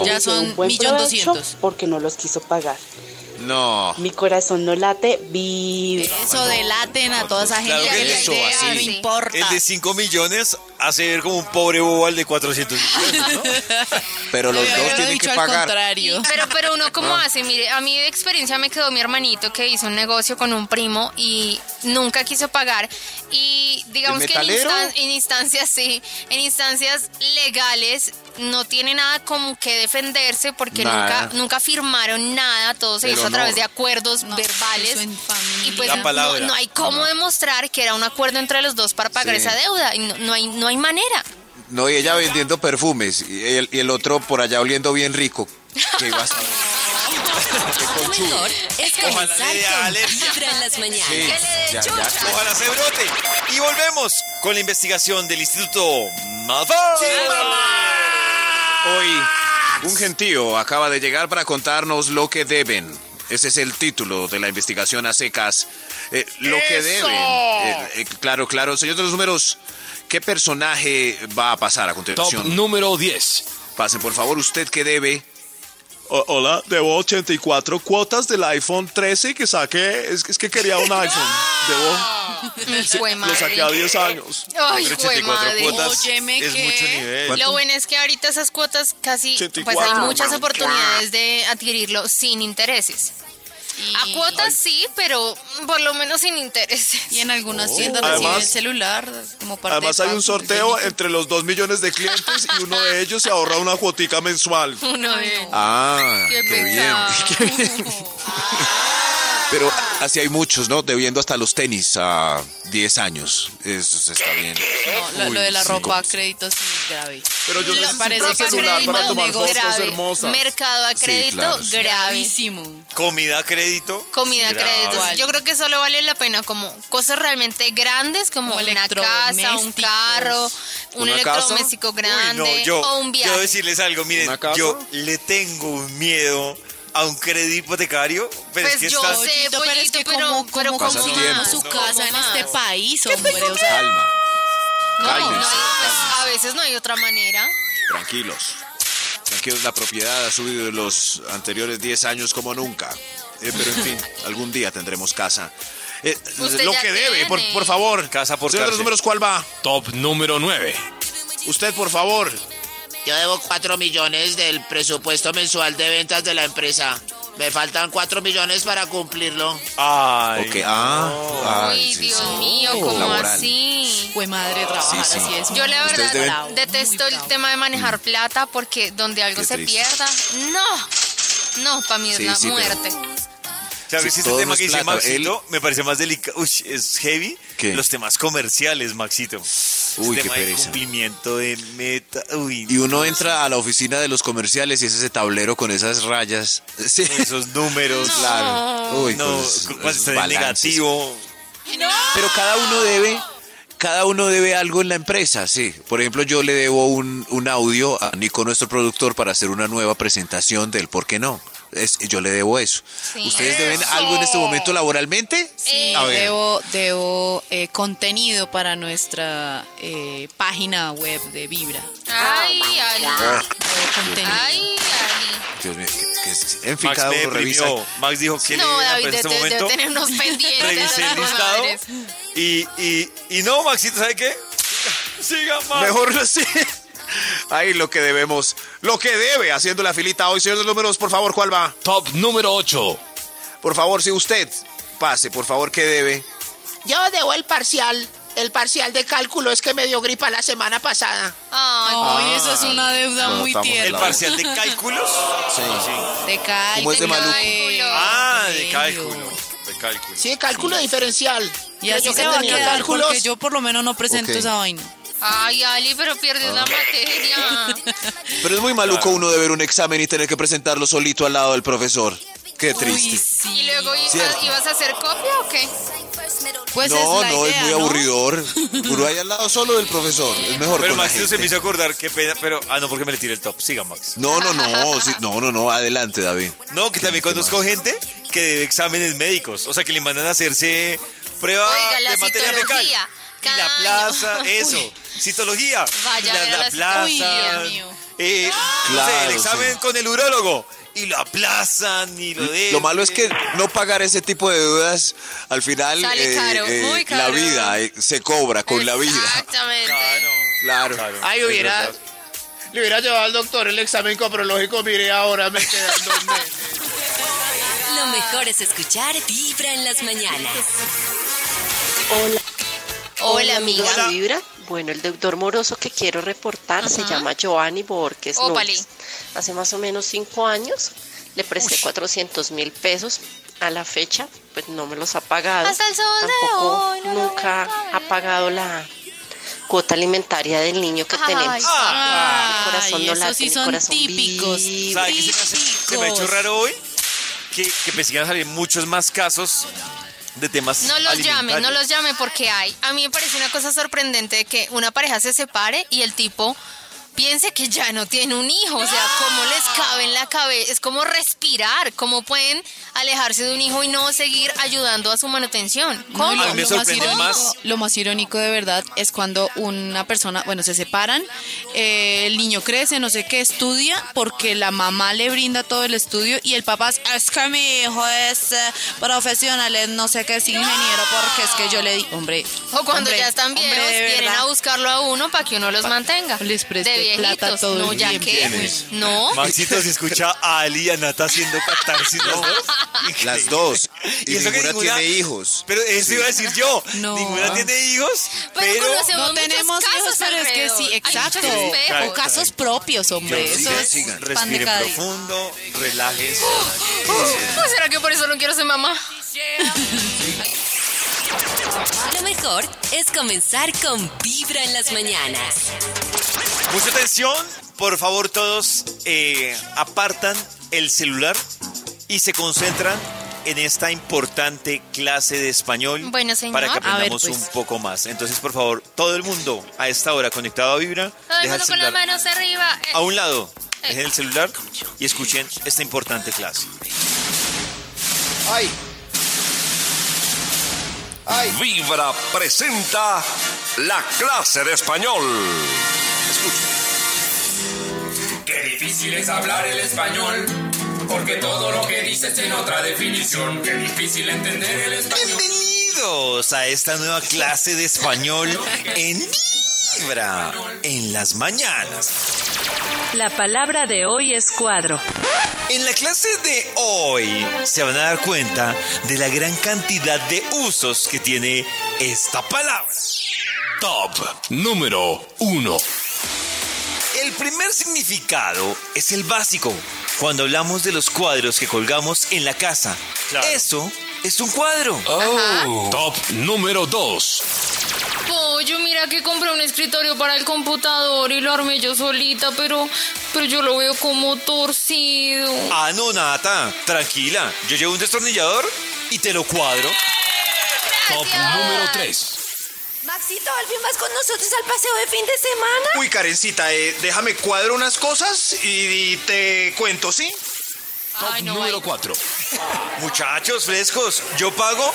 Creo que
Ya
le hizo
son
un buen
millón
provecho
doscientos.
Porque no los quiso pagar.
no.
Mi corazón no late, vibra.
Eso, delaten a toda esa
Claro
gente.
que
que
eso,
la idea,
así.
No
Sí.
importa.
El de 5 millones hace ver como un pobre bobo al de 400 millones, ¿no?
Pero los
Yo
dos
lo he
tienen
dicho
que
al
pagar.
contrario.
Pero, pero uno cómo hace, mire, a mí de experiencia me quedó mi hermanito que hizo un negocio con un primo y nunca quiso pagar. Y digamos
¿El
que en,
metalero?
instan- en instancias, sí, en instancias legales no tiene nada como que defenderse porque
Nada.
nunca, nunca firmaron nada, todo se
Pero
hizo a través
no.
de acuerdos
No,
verbales.
eso en familia.
Y pues
La
no-
palabra.
No, hay cómo demostrar que era un acuerdo entre los dos para pagar
Sí.
esa deuda. Y no, no hay, no hay manera.
No, y ella vendiendo perfumes. Y el, y el otro por allá oliendo bien rico. ¿Qué ibas a ver?
Lo mejor es
Ojalá
comenzar
le dé
con
alergia.
Vibra en las mañanas.
Sí, ya, ya.
Ojalá se brote. Y volvemos con la investigación del Instituto Malfoy.
Hoy, un gentío acaba de llegar para contarnos lo que deben. Ese es el título de la investigación a secas. Eh, lo que deben. Eh, eh, claro, claro. Señor de los números, ¿qué personaje va a pasar a continuación?
número 10.
Pasen, por favor, usted que debe.
hola, debo 84 cuotas del iPhone 13 que saqué. Es, que quería un iPhone.
Fue
Debo. Lo saqué a
madre.
10 años.
Ay, fue
84
madre.
cuotas
Óyeme
es
que-
mucho nivel.
Lo bueno es que ahorita esas cuotas casi, pues
84.
hay muchas oportunidades de adquirirlo sin intereses. A cuotas sí, pero por lo menos sin
Y
intereses.
en algunas
Oh.
tiendas
Ah.
reciben
Además-
el celular como parte
Además
de
hay
pago,
un sorteo
entonces-
entre los 2 millones de clientes y uno de ellos se ahorra una cuotica mensual.
Uno de
Ah,
Qué
qué,
pesado.
bien. qué bien. Pero así hay muchos, ¿no? Debiendo hasta los tenis a 10 años. Eso está bien.
No, lo, lo de la
Eh, Uy, sí.
ropa a crédito sí grave.
Pero yo
Lo-
necesito
parece
un
que es un
celular
gran
para tomar
negocio.
fotos
grave.
hermosas.
Mercado a
Sí,
crédito
claro, sí.
grave.
Gravísimo.
Comida a crédito.
Comida a
Grave.
crédito.
Igual.
Yo creo que solo vale la pena como cosas realmente grandes como,
Como
una casa, un
electrodomésticos.
carro, un
¿Una casa?
electrodoméstico
Uy,
grande
no, yo,
o
yo
un viaje.
decirles algo, miren,
¿Una casa?
yo le tengo un miedo a un crédito hipotecario, pero es
Pues
que
yo
está...
sé,
Pollito, pero es que
pollito, pero-
como,
pero
como,
Pasa
como
tiempo.
su
No,
casa en
más.
este país, hombre. O sea,
Calma,
No,
Cálmense,
no, pues,
cálmense.
a veces no hay otra manera.
tranquilos. Tranquilos, la propiedad ha subido en los anteriores 10 años como nunca. Eh, pero en fin, algún día tendremos casa. Eh,
Usted
lo
ya
que debe, por,
tiene.
por favor.
Casa por
Señor de los
cárcel.
números, ¿cuál va?
Top número 9.
Usted, por favor.
Yo debo 4 millones del presupuesto mensual de ventas de la empresa. Me faltan 4 millones para cumplirlo.
Ay.
Ok, ah.
Uy, Dios mío, ¿cómo
Laboral.
así?
Fue madre trabajar,
Sí, sí.
así es.
Yo la
muy
verdad
deben-
bravo, muy
detesto el
bravo.
tema de manejar plata porque donde algo
Qué
se
triste.
pierda, no, no, para mí es
Sí,
la
sí, pero-
muerte.
¿Sabes
Sí,
este
todo
tema
no es
que dice
plata,
Maxito? Me parece más delicado. Uy, es heavy.
¿Qué?
Los temas comerciales, Maxito.
Uy,
el
qué
tema de
pereza.
cumplimiento de meta. Uy,
Y uno entra a la oficina de los comerciales y es ese tablero con esas rayas. Sí.
esos números.
Claro. Uy,
No,
con esos-
cuando
esos
está en
balances.
negativo.
Pero cada uno debe, cada uno debe algo en la empresa, sí. Por ejemplo, yo le debo un, un audio a Nico, nuestro productor, para hacer una nueva presentación del por qué no. Es, yo le debo eso.
Sí.
¿Ustedes deben algo en este momento laboralmente?
Sí,
Ah,
A ver.
Eh, debo, debo eh, contenido para nuestra eh, página web de Vibra.
Ay,
Ah,
Ali,
Debo
Ah.
contenido.
ay, Ali.
Dios mío, que- que- en fin,
Max
cada
me
uno revisa.
deprimió. Max dijo que
No, David,
en
de,
este
de- de
momento
tener unos pendientes.
revisé el listado.
madres.
Y, y, y no, Maxito, ¿sabe qué? Siga, Max.
Mejor no sé. Ahí lo que debemos, lo que debe, haciendo la filita hoy, señor de los números, por favor, ¿cuál va?
Top número 8.
Por favor, si usted pase, por favor, ¿qué debe?
Yo debo el parcial. El parcial de cálculo es que me dio gripa la semana pasada.
Ay,
Ay,
Ah,
esa es una deuda
no,
muy
estamos
El
tierna.
la-
parcial de cálculos.
Sí.
De cal,
Como es de Maluco.
Cálculo.
Ah, de
Medio.
cálculo. De cálculo.
Sí, cálculo diferencial.
Y
Creo
así
yo
se
que
va a
tenía
quedar
cálculos.
porque yo por lo menos no presento
Ok.
esa vaina.
Ay, Ali, pero pierdes la materia.
Pero es muy maluco uno deber un examen y tener que presentarlo solito al lado del profesor. Qué
Uy,
triste.
sí.
¿Y luego ibas,
Cierto.
ibas a hacer copia o qué?
Pues
no,
es la
no,
idea,
es muy aburridor. Uno ahí al lado solo del profesor. Es mejor
Pero
con la
Maxito se me
gente.
hizo acordar, qué pena, pero. Ah, no, porque me le tiré el top. Siga, Max.
No, no, no, sí, no, no, no, adelante, David.
No, que también conozco gente que debe exámenes médicos. O sea, que le mandan a hacerse prueba
Oiga, la
de materia fecal.
citología.
Y la
Cada
plaza,
año.
eso. Citología.
Vaya a
la,
ver a
la
la
plaza.
citología. Uy, Dios mío.
eh, no sé,
Claro,
el examen
sí.
con el urólogo. Y lo aplazan y lo dejan.
Lo malo es que no pagar ese tipo de dudas, al final eh,
Sale caro,
la
muy caro.
vida eh, se cobra con la vida.
Exactamente.
Claro.
Claro.
Ay,
es
hubiera-
verdad.
Le hubiera llevado al doctor el examen coprológico, mire, ahora me quedan dos meses.
Lo mejor es escuchar Vibra en las mañanas.
Hola.
Hola, amiga.
amigos de Vibra. Bueno, el deudor moroso que quiero reportar se
Ajá.
llama Giovanni Borges.
Ópale.
Núñez. Hace más o menos cinco años le presté 400 mil pesos. A la fecha, pues no me los ha pagado.
Hasta el sol de
Tampoco
hoy no lo
nunca ha pagado la cuota alimentaria del niño que
Ay,
tenemos.
Ah,
Mi corazón no
esos
late,
sí
mi
son
corazón
típicos.
vibra.
¿Sabe qué se me, hace- se me ha hecho
Típicos.
raro hoy? Que, que pensé que iban a salir muchos más casos de temas
No los llame, no
alimentarios.
los llame porque hay. A mí me parece una cosa sorprendente que una pareja se separe y el tipo piense que ya no tiene un hijo. O sea, ¿cómo les cabe en la cabeza? Es como respirar. ¿Cómo pueden alejarse de un hijo y no seguir ayudando a su manutención?
No,
¿Cómo?
lo,
A mí me
lo más
sorprende
irónico,
más-
lo más irónico de verdad es cuando una persona, bueno, se separan, eh, el niño crece, no sé qué, estudia, porque la mamá le brinda todo el estudio y el papá es, "Es que mi hijo es eh, profesional, es no sé qué, es ingeniero, porque es que yo le di, hombre.
O cuando
hombre,
ya están
hombre,
viejos,
de
vienen
verdad.
a buscarlo a uno para que uno los mantenga.
les preste
de viejitos.
plata todo
no,
el
ya
tiempo.
que.
Tienes.
No.
Maxito se escucha a Ali y a Nata haciendo catarsis. ¿no?
Las dos. Y,
eso que
ninguna, tiene hijos.
Pero eso iba a decir yo.
No.
Ninguna tiene hijos,
Pero
pero,
conocemos-
No
Muchos
tenemos
casos
hijos, pero es que sí,
alrededor. Hay
exacto.
muchos espejos.
O casos propios, hombre.
Yo,
Eso
sigan,
es
sigan.
pan de
respiren
cada día.
profundo, relájense.
Pues, será que por eso no quiero ser mamá?
Lo mejor es comenzar con Vibra en las mañanas.
Mucha atención, por favor todos eh, apartan el celular y se concentran en esta importante clase de español
Bueno, señor.
para que
A ver,
aprendamos
pues.
un poco más. Entonces, por favor, todo el mundo a esta hora conectado a Vibra,
Todo
deja
el
el
mundo con las
celular
manos arriba. Eh,
a un lado, dejen el celular y escuchen esta importante clase.
Ay,
Vibra presenta la clase de español.
Qué difícil es hablar el español, porque todo lo que dices tiene otra definición. Qué difícil entender el español.
Bienvenidos a esta nueva clase de español en Vibra en las mañanas.
La palabra de hoy es cuadro.
En la clase de hoy se van a dar cuenta de la gran cantidad de usos que tiene esta palabra.
Top número 1.
El primer significado es el básico. Cuando hablamos de los cuadros que colgamos en la casa, eso es un cuadro. Oh.
Top número 2.
Pollo, mira que compré un escritorio para el computador y lo armé yo solita, pero, pero yo lo veo como torcido.
Ah, no, Nata, tranquila. Yo llevo un destornillador y te lo cuadro.
Top número 3.
Maxito, ¿al fin vas con nosotros al paseo de fin de semana?
Uy, Karencita, eh, déjame cuadro unas cosas y, y te cuento, ¿sí?
Top número 4.
Muchachos frescos, yo pago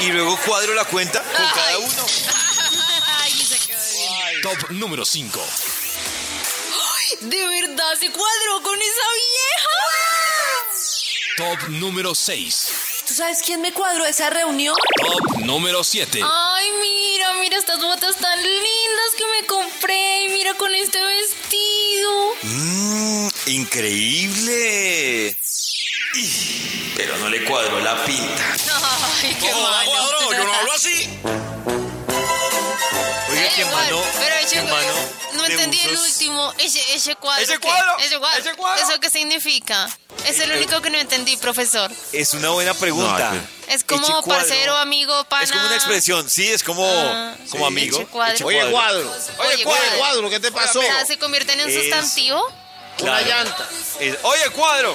y luego cuadro la cuenta con cada uno.
Top número 5.
¡Ay! ¿De verdad se cuadró con esa vieja?
Top número 6.
¿Tú sabes quién me cuadró esa reunión?
Top número 7.
Ay, mira, mira estas botas tan lindas que me compré. Y mira con este vestido.
Mmm, increíble. Y- Pero no le cuadro la pinta.
Ay, qué malo.
yo no hablo así. Oiga, qué
Igual,
mano.
pero
qué
ese-
mano
no
de
entendí el
usos.
último. Ese, ese cuadro.
Ese
¿qué?
cuadro,
Ese cuadro. ¿Eso qué significa? Es el
Eh,
único que no entendí, profesor.
Es una buena pregunta.
No,
Es
Eche
como
cuadro.
parcero, amigo, pana.
Es como una expresión, sí, es como,
Ah.
como
Sí.
amigo.
Eche cuadro.
Eche
Oye,
cuadro.
Oye,
cuadro, cuadro, ¿qué te pasó?
O sea, ¿se convierte en un
Eso.
sustantivo?
Claro.
Una llanta.
Es- Oye, cuadro.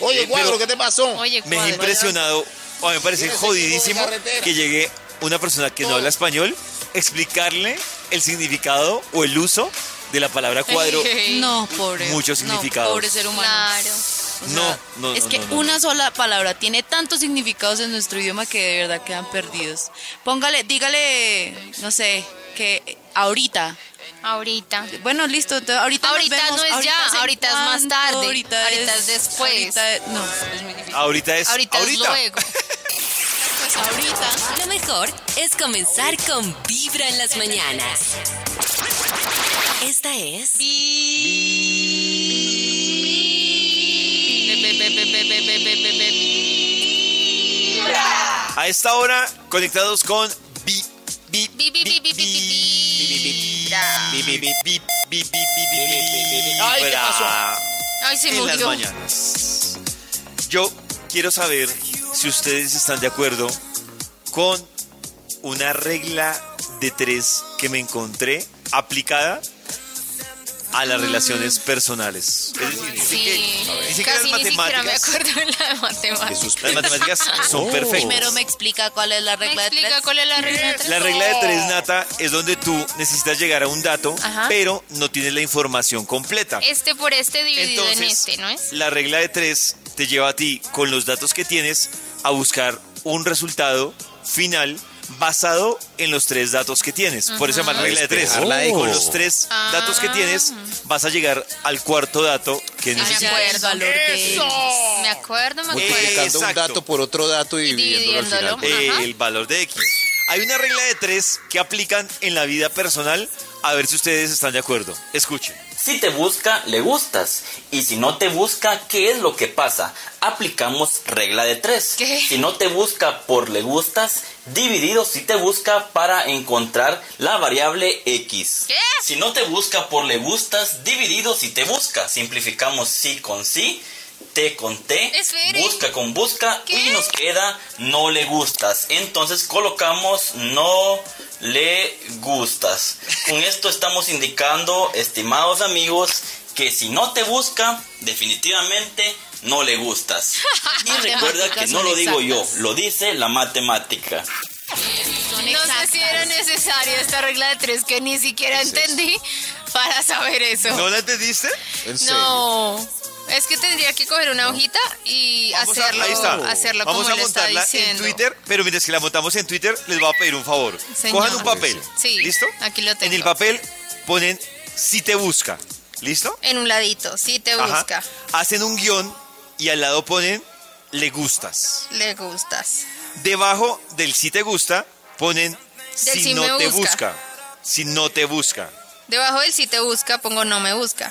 Eh, pero
te pasó?
Oye,
Me
cuadro.
he impresionado, o me parece
Mira ese
jodidísimo
tipo de carretera.
que llegue una persona que no habla español, explicarle el significado o el uso de la palabra cuadro.
No, pobre.
Muchos
no,
significados.
pobre ser humano.
Claro.
No, no,
Es
no,
que
no, no.
una sola palabra tiene tantos significados en nuestro idioma que de verdad quedan perdidos. Póngale, dígale, no sé, que ahorita.
Ahorita.
Bueno, listo. te- Ahorita, nos
Ahorita
vemos,
no es ya,
en
ahorita es más
cuanto,
tarde,
Ahorita,
ahorita es después.
ahorita es- no, es muy difícil.
Ahorita es
Ahorita, es luego.
Pues ahorita.
Lo mejor es comenzar con Vibra en las mañanas. Esta es.
Be- be- be- be- be- be- be- be- be-
A esta hora, conectados con Bi- Bi-
bi- bi- bi- bi- bi- bi- bra.
Bi- Bi- Bi- Bi- Bi- Bi- Bi- Bi- Bi-
Ay, ¿qué
Bra.
pasó?
Ay, se
en las
murió.
mañanas. Yo quiero saber si ustedes están de acuerdo con una regla de tres que me encontré aplicada a las
Mm.
relaciones personales. Es decir,
Sí,
dicen que
casi
las
ni siquiera me
matemáticas-
acuerdo de la de matemáticas.
las matemáticas son
Primero
perfectas.
me explica cuál es la regla de
explica
tres.
cuál es la regla de tres?
La regla de tres, Nata, es donde tú necesitas llegar a un dato,
Ajá.
pero no tienes la información completa.
Este por este dividido en
Entonces,
este, ¿no es?
La regla de tres te lleva a ti, con los datos que tienes, a buscar un resultado final basado en los tres datos que tienes. Por eso se llama regla de tres.
Despejar la
Con
eco.
los tres
Ah.
datos que tienes, vas a llegar al cuarto dato que
Ah, me
necesitas.
acuerdo.
El valor de
Me acuerdo, me acuerdo.
Multiplicando un
Exacto.
dato por otro dato y
Y
dividiéndolo al final.
dividiéndolo.
Eh,
Ajá.
el valor de X. Hay una regla de tres que aplican en la vida personal. A ver si ustedes están de acuerdo. Escuchen.
Si te busca, le gustas. Y si no te busca, ¿qué es lo que pasa? Aplicamos regla de tres. Si no te busca por le gustas, dividido si te busca para encontrar la variable x. Si no te busca por le gustas, dividido si te busca. Simplificamos sí con sí, te con te,
Espere.
busca con busca y nos queda no le gustas. Entonces colocamos no le gustas. Con esto estamos indicando, estimados amigos, que si no te busca, definitivamente no le gustas. Y recuerda que no lo digo yo, lo dice la matemática.
No sé si era necesaria esta regla de tres que ni siquiera entendí para saber eso.
¿No la entendiste?
En serio.
No. Es que tendría que coger una hojita y
Vamos a-
hacerlo,
ahí está.
hacerlo
Vamos
como
a
le está
montarla en
diciendo.
Twitter, pero mientras que la montamos en Twitter, les voy a pedir un favor.
Señor.
Cojan un papel.
Sí,
¿Listo?
Aquí lo tengo.
En el papel ponen si te busca. ¿Listo?
En un ladito, sí Eh, te
Ajá.
busca.
Hacen un guión y al lado ponen le gustas.
Le gustas.
Debajo del si te gusta ponen
Del
si,
si me
no te
busca".
busca. Si no te busca.
Debajo del si te busca pongo no me busca.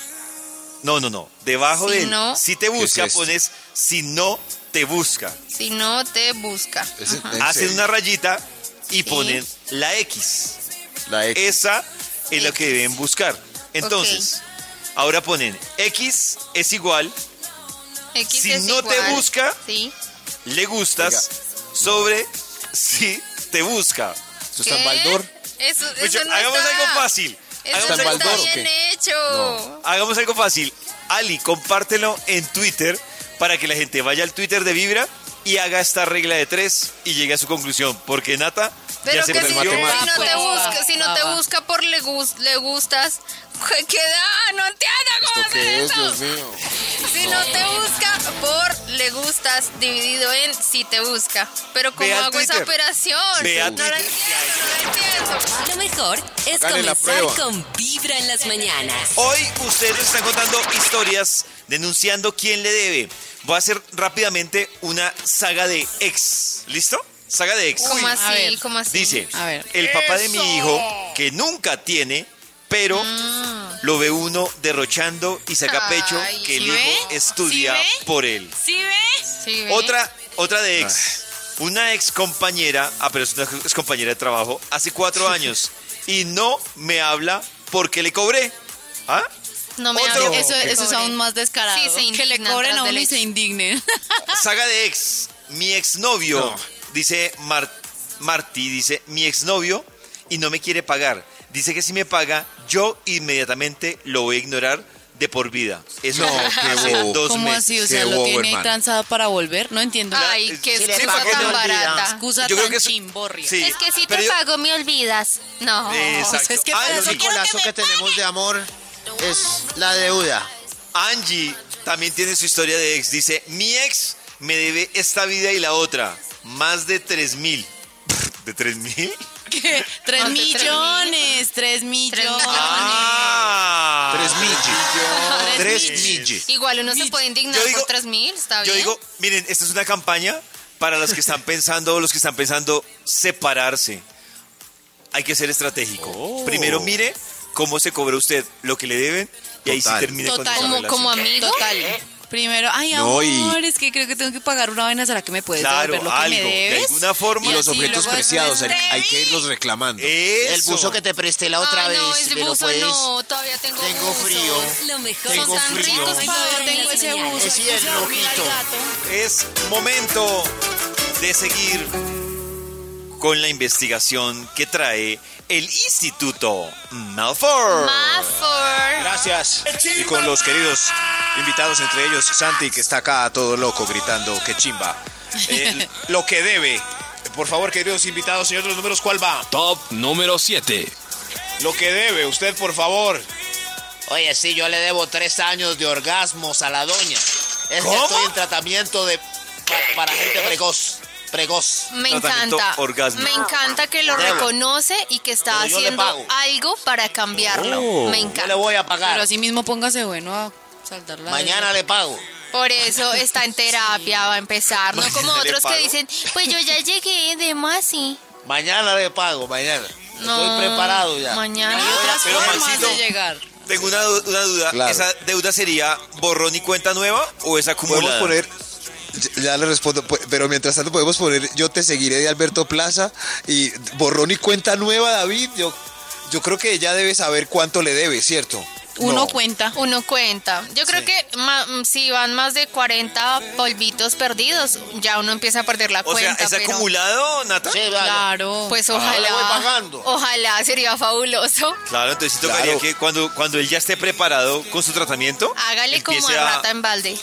No, no, no. Debajo
Si
de él,
no-
si te
¿Qué es
busca,
esto?
pones si no te busca.
Si no te busca. Ajá.
Hacen una rayita y
Sí.
ponen la X. Esa es la que deben buscar. Entonces, ahora ponen X es igual,
X
si
es
no te
igual.
busca-
Sí.
le gustas, sobre si te busca. ¿Eso
está en ¿Qué? Baldor? Eso, eso
Mucho-
no
Pues hagamos
está-
algo fácil.
Eso
Hagamos
no
algo
está
fácil.
bien hecho.
Hagamos algo fácil. Ali, compártelo en Twitter para que la gente vaya al Twitter de Vibra y haga esta regla de tres y llegue a su conclusión. Porque Nata ya
Pero
se
que si,
perdió.
si no te busca, si no te busca por le, gus- le gustas, ¿qué queda? "Ah, No entiendo cómo hacer eso.
mío?
Si no te busca por le gustas dividido en si te busca. Pero ¿cómo
Ve al
hago esa
Twitter.
operación?
Ve a
no la entiendo, no la entiendo.
Lo mejor es
Háganle la
comenzar
prueba. Oh.
con Vibra en las mañanas.
Hoy ustedes están contando historias denunciando quién le debe. Voy a hacer rápidamente una saga de ex. ¿Listo? Saga de ex.
¿Cómo así? ¿Cómo así?
Dice, el papá de mi hijo, que nunca tiene, pero lo ve uno derrochando y saca pecho
Ah. Ay,
que el
¿sí
hijo
ve?
estudia
¿Sí ve?
por él.
¿Sí ves? Sí, ve.
Otra, otra de ex. Una ex compañera, ah, pero es una ex compañera de trabajo, hace cuatro años y no me habla porque le cobré. ¿Ah?
No me
Otro.
hables.
Eso, eso es aún más descarado.
Sí, se
que le
indignan
cobren
tras
a uno
del
y se
hecho.
indignen.
Saga de ex. Mi exnovio, dice Mar- Marty, dice mi exnovio y no me quiere pagar. Dice que si me paga, yo inmediatamente lo voy a ignorar de por vida. Eso
No, qué
hace
bobo.
dos
¿Cómo
meses.
así? O sea, lo tiene ahí transado para volver. No entiendo.
Ay, qué
Sí,
excusa
¿para qué
tan
te olvida?
barata.
Excusa
Yo creo
tan
que es-
chimborria.
Sí,
Es que si
pero
te
yo-
pago, me olvidas. No.
pues,
Pues
Exacto.
Es que
Ah,
para
el
eso
único
quiero que
lazo
me
que tenemos de amor es la deuda.
Angie también tiene su historia de ex. Dice, mi ex me debe esta vida y la otra. Más de 3 mil. ¿De 3 mil?
¿Qué? Tres millones, tres millones.
Ah, 3 mil.
Tres
3 mil.
Igual uno se puede indignar
Yo digo-
por 3 mil, ¿está bien?
Yo digo, miren, esta es una campaña para los que están pensando, los que están pensando separarse. Hay que ser estratégico.
Oh.
Primero mire cómo se cobra usted lo que le deben y ahí sí
Total.
termine
Total,
con esa
como,
relación.
como amigo. Total. Primero, ay,
No, y-
amor, es que creo que tengo que pagar una vaina. ¿Será que me puedes
Claro,
devolver lo que
algo.
me
De
debes?
alguna forma.
Y los objetos preciados, hay, hay que irlos reclamando.
El
buzo que
te presté la
otra
Ay, no,
vez,
ese
me lo
buzo
pues,
puedes-
no, todavía tengo Tengo frío. Lo mejor.
Tengo
Son tan
frío.
ricos,
Ay,
todavía
no,
tengo ese buzo.
Es
Ay,
hierro,
se olvida el
ojito.
gato.
Es momento de seguir con la investigación que trae el Instituto Malfour.
Gracias. Y con los queridos invitados, entre ellos Santi, que está acá todo loco gritando que chimba. Eh, lo que debe. Por favor, queridos invitados, señor de los números, ¿cuál va?
Top número 7.
Lo que debe, usted, por favor.
Oye, sí, yo le debo tres años de orgasmos a la doña. Es que
¿Cómo?
estoy en tratamiento de pa- para gente precoz. Precoz.
Me encanta.
orgasmo.
Me encanta que lo
Debo.
reconoce y que está
Pero yo le
haciendo
pago.
algo para cambiarlo.
Oh.
Me
Yo
encanta.
le voy a
Pero así mismo póngase bueno a saltar la
Mañana le pago.
Por eso está en terapia, va a empezar. No como
Mañana le
otros que
pago.
dicen, pues yo ya llegué de Masi.
Mañana le pago, mañana.
No,
Estoy preparado ya.
Mañana.
Pero Maxito,
llegar.
tengo una, du- una duda. ¿Esa deuda sería borrón y cuenta nueva o es
Podemos
acumulada?
poner. Ya le respondo, pu- pero mientras tanto podemos poner Yo te seguiré de Alberto Plaza y borrón y cuenta nueva, David. Yo, yo creo que ella debe saber cuánto le debe, ¿cierto?
Uno
No.
cuenta.
Uno cuenta. Yo creo que ma- mm, si van más de 40 polvitos perdidos, ya uno empieza a perder la
O sea,
cuenta.
¿es
pero-
acumulado, Nata?
Claro. Pues ojalá.
le voy pagando.
Ojalá, sería fabuloso.
Claro, entonces sí tocaría que cuando, cuando él ya esté preparado con su tratamiento,
Hágale como
Empiece
a
a-
rata en balde.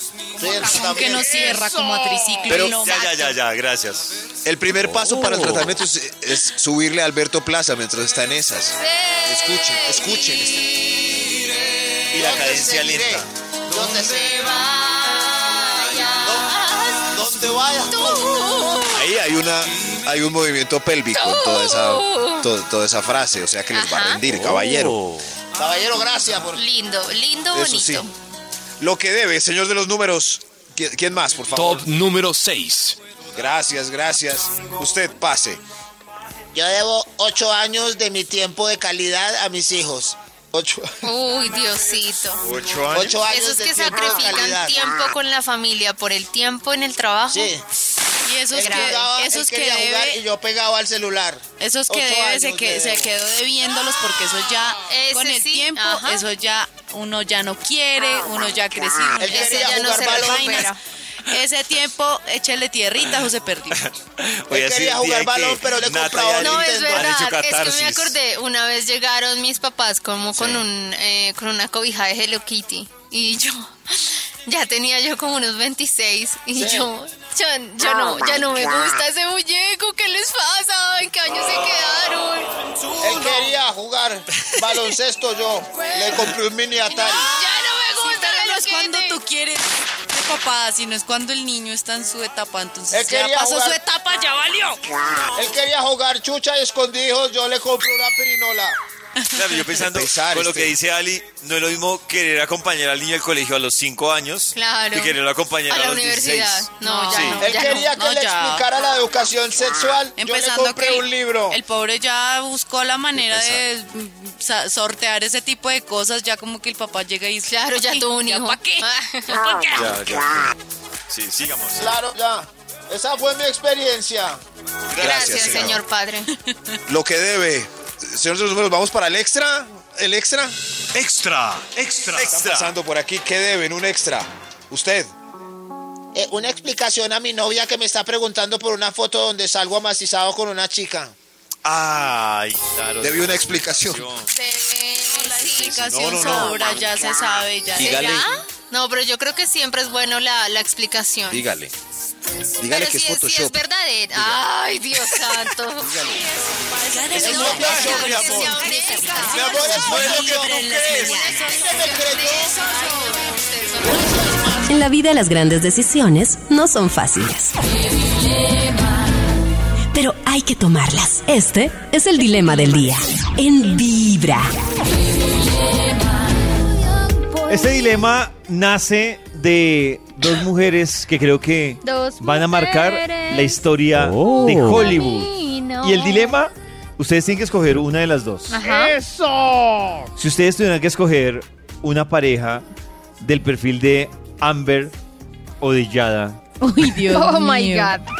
Como que no cierra como a triciclo.
Pero
no.
ya, ya, ya, ya, gracias. Oh.
El primer paso para el tratamiento es, es subirle a Alberto Plaza mientras está en esas. Escuchen, escuchen.
este.
Y la cadencia lenta.
¿Dónde se
vayas?
¿Dónde vayas
tú?
Ahí hay una hay un movimiento pélvico en toda
Oh.
esa to- toda esa frase, o sea que les va
Ajá.
a rendir, caballero.
Oh.
Caballero, gracias por.
Lindo, lindo,
Eso sí.
bonito.
Lo que debe, señor de los números. ¿Qui- ¿Quién más, por favor? Top
número 6.
Gracias, gracias. Usted pase.
Yo debo ocho años de mi tiempo de calidad a mis hijos. Ocho.
Uy, Diosito.
Ocho años. Ocho años
Esos
de
que
tiempo de
sacrifican
calidad.
tiempo con la familia por el tiempo en el trabajo.
Sí.
Y esos
Él
que,
jugaba, él
esos que
quería jugar
debe,
y yo pegaba al celular.
esos que
Ocho
debe se,
años
que,
de
se
debo.
quedó debiéndolos porque eso ya con el tiempo
ajá. Ah.
eso ya uno ya no quiere, uno ya ha crecido,
Ah,
uno
Él
ya
quería
ya no
jugar
se
balón,
vainas. Ese tiempo échele tierrita, José perdió.
Oye,
Él quería jugar balón, pero le compraba un
No, es
Nintendo.
verdad, es que me acordé, una vez llegaron mis papás como con un eh, con una cobija de Hello Kitty y yo ya tenía yo como unos 26 y
Sí.
yo yo, yo
Oh
no, ya
my
no me
God.
gusta ese muñeco, ¿qué les pasa? ¿En qué año se quedaron?
Él quería jugar baloncesto yo. Le compré un mini Atari.
no me gusta
no es cuando tú quieres de papá, sino es cuando el niño está en su etapa, entonces
Él
ya
quería
pasó
jugar-
su etapa, ya valió.
Él quería jugar chucha y escondijos, yo le compré una pirinola.
Claro, yo pensando con lo que
este.
dice Ali, no es lo mismo querer acompañar al niño al colegio a los 5 años
Claro.
que quererlo acompañar
A
a,
la
los 16.
universidad.
No, ya
Sí.
no,
Él
ya
quería
no,
que
no,
le
ya.
explicara la educación sexual. yo le
Empezando
compré
que el-
un libro.
El pobre ya buscó la manera de mm, sa- sortear ese tipo de cosas, ya como que el papá llega y dice, claro,
ya Ah. tuvo un hijo.
¿Para qué? ¿Ya pa' qué?
Ya, ya. Sí, sigamos.
Claro, ya. Esa fue mi experiencia.
Gracias, señor padre.
Lo que debe. Señor de los números, vamos para el extra. El extra.
Extra,
extra. Está pasando por aquí. ¿Qué deben? Un extra. Usted.
Eh, una explicación a mi novia que me está preguntando por una foto donde salgo amacizado con una chica.
Ay, claro.
Debe una explicación.
La explicación
No, no,
Oh
no.
sobra, ya se sabe, ya.
Dígale.
¿Ya? No, pero yo creo que siempre es bueno la, la explicación.
Dígale. Dígale
Pero
que es
si, es, si es
Photoshop.
verdadera. Ay, Dios santo. Cada
Es
novia
Photoshop,
que
mi
se
amor.
ofrezca.
Mi amor, es bueno lo que tú
Vibra en las
crees.
mañanas.
En la vida las grandes decisiones no son fáciles, pero hay que tomarlas. Este es el dilema del día. En Vibra.
Este dilema nace de dos mujeres que creo que
Dos
van a marcar
mujeres.
la historia de Hollywood.
Camino. Ah.
Y el dilema, ustedes tienen que escoger una de las dos.
¡Eso!
Si ustedes tuvieran que escoger una pareja del perfil de Amber o de Yada,
Uy,
Dios
Oh my
mío.
God.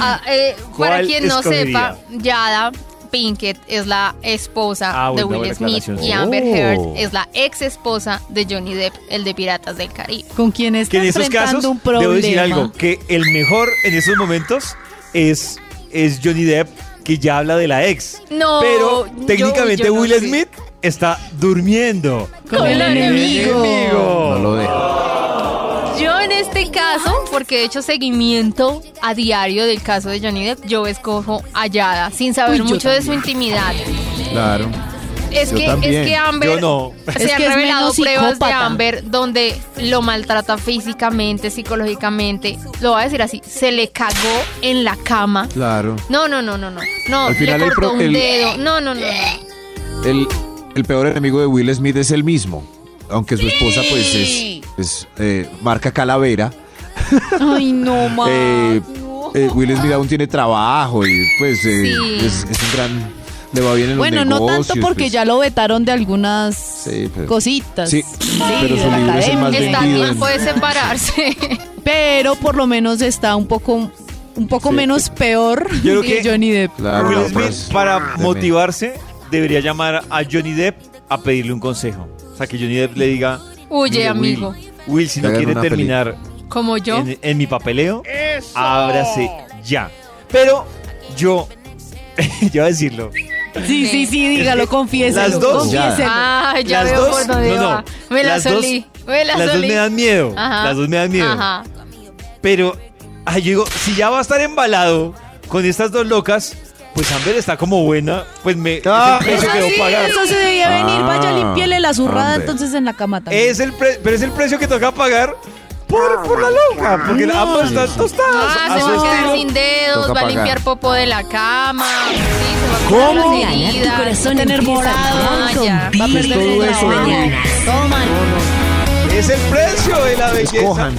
Ah, eh, para
¿Cuál
quien no
escogería?
sepa, Yada Pinkett es la esposa
Ah,
de
bueno,
Will
buena
Smith
aclaración.
y Amber
Oh.
Heard es la ex esposa de Johnny Depp, el de Piratas del Caribe.
¿Con quién está
que en esos casos, debo decir algo, que el mejor en esos momentos es, es Johnny Depp, que ya habla de la ex.
No,
Pero
Oh, yo-
técnicamente
yo no
Will
sé.
Smith está durmiendo.
Con el enemigo.
No lo
Yo en este caso, porque he hecho seguimiento a diario del caso de Johnny Depp, yo escojo a Yada, sin saber
Uy, yo
mucho de su intimidad.
Claro.
Es
Yo
que,
también.
es que Amber
Yo no.
se
Es
han
que es
revelado
menos
pruebas de
psicópata.
Amber donde lo maltrata físicamente, psicológicamente. Lo voy a decir así, se le cagó en la cama.
Claro.
No, no, no, no, no. No,
Al final
le
el
cortó
pro-
un
el-
dedo. No, no, no. no.
El, el peor enemigo de Will Smith es el mismo. Aunque su esposa, pues, es, es, eh, marca calavera.
Ay, no, ma.
Eh, eh, Will Smith aún tiene trabajo y, pues, eh,
Sí.
es, es un gran. Le va bien en
Bueno,
los
no
negocios.
tanto porque
pues.
ya lo vetaron de algunas
Sí, pero-
cositas.
Sí, pero
de
su
la
libro es el más
academia.
vendido. en-
Puede separarse.
Pero por lo menos está un poco un poco menos peor
Yo creo
que
que
Johnny Depp.
Will Smith, para motivarse, debería llamar a Johnny Depp a pedirle un consejo. O sea, que Johnny Depp le diga...
Huye,
"Mire, Will,
amigo.
Will, si no
Hagan
quiere
una
terminar
Como yo.
en, en mi papeleo, ábrase ya. Pero yo, yo voy a decirlo.
Sí, sí, sí, dígalo,
Es que
confiéselo.
las dos-
confiéselo.
Ah, ya
Las
veo
dos-
por dónde
no, no.
va. Me la
Las dos-
solí. me la
las dos
solí.
me dan miedo, las dos me dan miedo.
Ajá.
Pero, ay, yo digo, si ya va a estar embalado con estas dos locas, pues Amber está como buena, pues me... es el precio que debo pagar.
Eso se debía venir, vaya,
Ah,
limpiele la zurrada
hombre.
entonces en la cama también.
Es el pre- pero es el precio que toca pagar por, por la loca, porque
No.
ambos están tostados. a
Ah, se
su
va a
estilo.
quedar sin dedos,
Toca
va a
pagar.
limpiar popo de la cama. Sí, se va a curar las
Mañana
heridas,
tu corazón
va a tener
empieza a
morado.
jugar con
Ah, ya.
Vibra
Va a perder
todo
el
eso de
trabajo.
mañana.
Toma.
Es el precio de la belleza.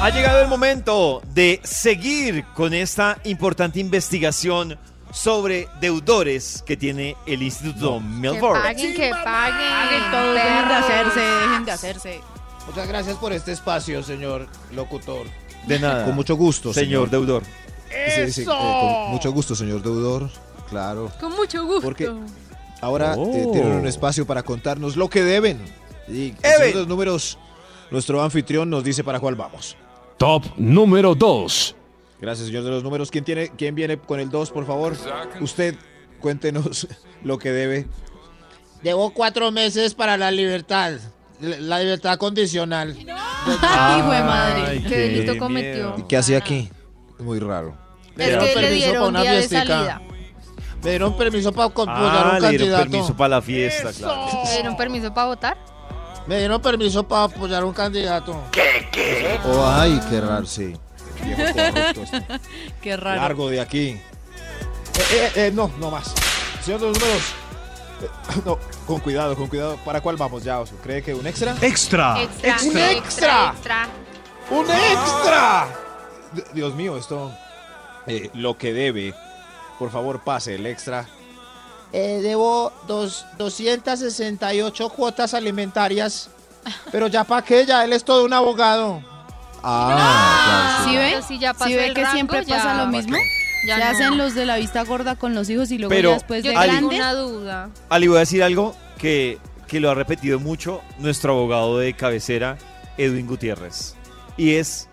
Ha llegado el momento de seguir con esta importante investigación sobre deudores que tiene el Instituto
Que
Melbourne.
paguen, que paguen.
Paguen todos, dejen de
perros.
hacerse, dejen de hacerse.
Muchas gracias por este espacio, señor locutor.
De nada.
Con mucho gusto,
Señor
señor.
deudor.
Sí, sí, eh, con mucho gusto, señor deudor. Claro.
Con mucho gusto.
Porque ahora
Oh.
eh, tienen un espacio para contarnos lo que deben. Y según los números, nuestro anfitrión nos dice para cuál vamos.
Top número 2.
Gracias, señor de los números. ¿Quién, tiene, quién viene con el 2, por favor? Usted, cuéntenos lo que debe.
Debo cuatro meses para la libertad. La libertad condicional.
Ay, hijo de madre.
Ay,
¿Qué delito cometió?
¿Y qué hacía aquí? Muy raro.
Me dieron
Es que le
permiso para
dieron
una
día de
fiestica.
salida.
Me dieron permiso para computar
Ah,
un
le dieron
candidato.
permiso para la fiesta, claro.
¿Le dieron permiso para votar?
Me dieron permiso para apoyar un candidato.
Oh, ay, qué raro, sí. Viejo corrupto este.
Qué raro.
Largo de aquí.
Eh, eh, no, no más.
Señor de los números. eh, No, con cuidado, con cuidado. ¿Para cuál vamos ya, Oscar? ¿Cree que un extra? ¡Extra!
Ah. ¡Un extra! ¡Un extra!
D- Dios mío, esto. eh, lo que debe. Por favor, pase el extra.
Eh, debo dos, 268 cuotas alimentarias. Pero ya para qué, ya él es todo un abogado.
Ah,
¿Sí ve?
Pero si ya pasó
¿Sí ve
el
que
rango,
siempre
ya-
pasa lo mismo?
Ya
Se
no.
hacen los de la vista gorda con los hijos y luego
Pero,
ya después de
Yo tengo
grande.
Una duda.
Ali, voy a decir algo que, que lo ha repetido mucho nuestro abogado de cabecera, Edwin Gutiérrez. Y es,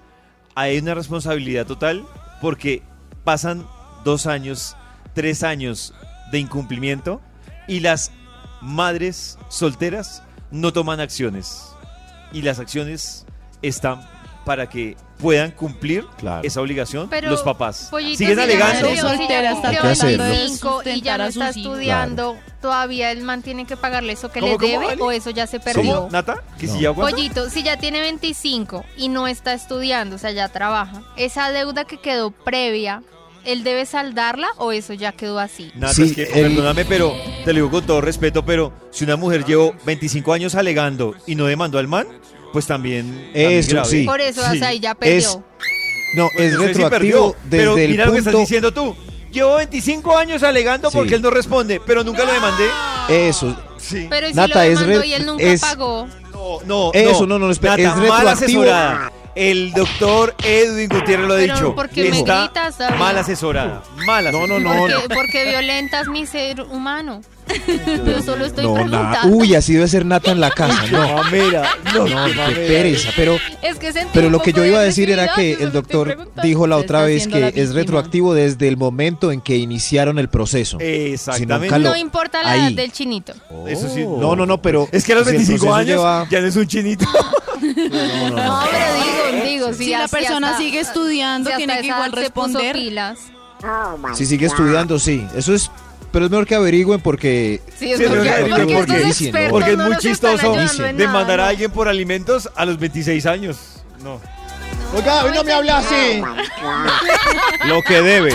hay una responsabilidad total porque pasan dos años, tres años de incumplimiento y las madres solteras no toman acciones. Y las acciones están para que puedan cumplir esa obligación
Pero,
los papás.
Pollito,
Siguen
si
alegando.
ya cumplió-
Soltera está
si ya
tratando
cumplió
de
25 y ya
sustentar
no
a
está
sus hijos.
estudiando, todavía el man tiene que pagarle eso que le
¿Cómo, cómo,
debe
Ali?
o eso ya se perdió.
¿Cómo, Nata? ¿Que si ya aguanta?
Pollito, si ya tiene 25 y no está estudiando, o sea, ya trabaja, esa deuda que quedó previa, ¿él debe saldarla o eso ya quedó así?
Nata, es que, perdóname, pero te lo digo con todo respeto, pero si una mujer llevó 25 años alegando y no demandó al man, pues también... también
Eso
grave.
sí.
Por eso,
Sí. Pues
o sea, ahí ya perdió.
Es- No, es
No sé si
retroactivo
perdió,
desde
pero
el
mira lo que estás
punto-
diciendo tú. Llevo 25 años alegando
Sí.
porque él no responde, pero nunca lo demandé.
Eso.
Pero ¿y si
Nata,
lo
es re-
demandó y él nunca
es-
pagó?
No,
Eso, no, no, espera,
Nata,
es
mal
retroactivo.
asesorada. El doctor Edwin Gutiérrez lo ha
Pero
dicho.
¿por qué me
está
gritas, David?
mal asesorada. Mal
No, no,
asesorada.
no.
Porque, porque violentas mi ser humano. Yo solo estoy
No, na-
preguntando.
Uy, así debe ser Nata en la casa. No,
mira,
no, no, qué pereza. Pero,
Es que sentí
pero
un
lo que
poco
yo
de
iba a decir era que
agresividad,
el doctor dijo la
Te
otra
está
vez
haciendo la
que es
víctima.
retroactivo desde el momento en que iniciaron el proceso.
Exactamente.
eh, Si nunca lo-
No importa la edad
ahí.
del chinito.
Eso sí.
No, no, no, pero
Es que a los
si el
25
proceso
años
lleva-
ya no es un chinito.
No, pero digo, digo, si,
Si la
hasta-
persona
hasta-
sigue estudiando,
si
tiene
hasta
que
esa
igual
edad se puso
responder.
pilas.
Si sigue estudiando, sí. Eso es. Pero es mejor que averigüen porque.
Sí, es porque-
porque-
porque
porque
estos
dicen, ¿no?
expertos
Porque es
no
muy
nos están
chistoso
ayudando en
demandar
nada,
a
¿no?
alguien por alimentos a los 26 años. No.
Oiga, hoy no me habla así.
Lo que debe.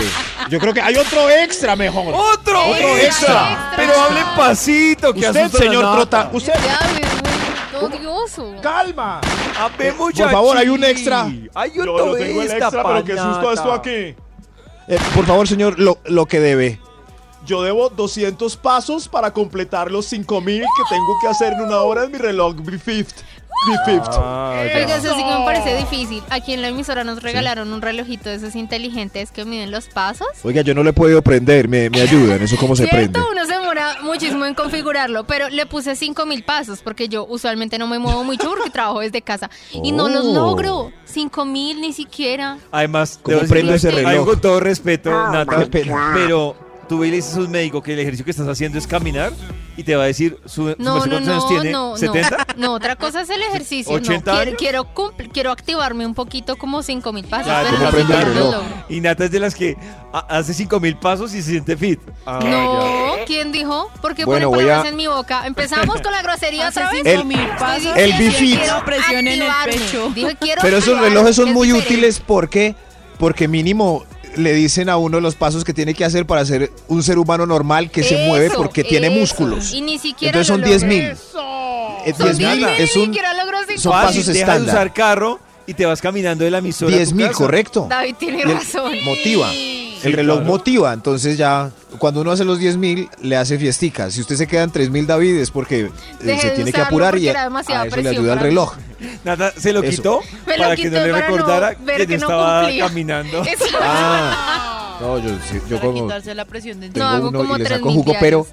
Yo creo que hay otro extra mejor.
¡Otro,
extra!
Pero hable pasito, que
Usted,
asusta la
señor
nata.
Trota, usted.
Todo odioso.
¡Calma!
Eh,
muchachín.
Por favor, hay un extra.
Hay otro
Yo- yo tengo el
extra,
extra, pero qué
panata.
susto esto aquí.
Eh, por favor, señor, lo, lo que debe.
Yo debo 200 pasos para completar los 5000 que tengo que hacer en una hora en mi reloj B50.
Ah,
Oiga,
B50.
eso sí que me parece difícil. Aquí en la emisora nos regalaron un relojito de esos inteligentes que miden los pasos.
Oiga, yo no le puedo prender. Me, me ayudan. Eso cómo se prende.
Cierto, uno se demora muchísimo en configurarlo, pero le puse 5000 pasos porque yo usualmente no me muevo mucho porque trabajo desde casa y no los
Oh.
logro. 5000 ni siquiera.
Además,
¿Cómo
debo decirlo,
prendo ese reloj?
algo con todo respeto,
Ah,
Nata,
qué pena.
pero tú ve y le dices a un médico que el ejercicio que estás haciendo es caminar y te va a decir su, su
No,
merced Pues,
no,
cuántos años
no,
tiene,
no, no.
70.
No, otra cosa es el ejercicio. No,
80
quiero,
años.
quiero, cumpl- quiero activarme un poquito como 5000 pasos,
Claro,
pero
como
ni siquiera
prender
los
el reloj.
logro.
Y Nata es de las que ha- hace 5000 pasos y se siente fit. Ah,
No,
ya.
¿quién dijo? ¿Por qué
Bueno,
ponen
voy
palabras
a-
en mi boca? Empezamos con la grosería otra vez.
El- 5000
Estoy
pasos.
diciendo
El
que
Bifit.
quiero
Presión en el
activarme.
pecho.
Dije, quiero
Pero esos
activarme,
relojes son
es
muy
diferente.
útiles porque, porque mínimo le dicen a uno los pasos que tiene que hacer para ser un ser humano normal que se
Eso,
mueve porque tiene
eso.
músculos.
Y ni siquiera
Entonces son
lo
10
logré.
mil.
Son
10 mil
diez mil,
es un
ni siquiera logró cinco
son
mil.
pasos
Deja de
estándar.
usar carro y te vas caminando de la emisora. a tu
10 mil,
casa.
correcto.
David tiene
Y el-
razón.
Motiva.
Sí,
el reloj
claro.
motiva, entonces ya cuando uno hace los 10 mil le hace fiestica. Si usted se queda en 3 mil David es porque eh,
Deje
se
de
tiene que
usarlo
apurar y
porque era
a,
demasiada
a eso le
presión
ayuda el
para mí.
reloj.
Nada, se lo
Eso.
quitó
Me lo
para que
quitó
no le
para no
recordara
ver
que
que no
estaba
cumplía.
caminando.
Eso.
Ah, no, yo, sí, yo
Para
como
quitarse la presión de
tengo
encima.
uno y le saco jugo, pero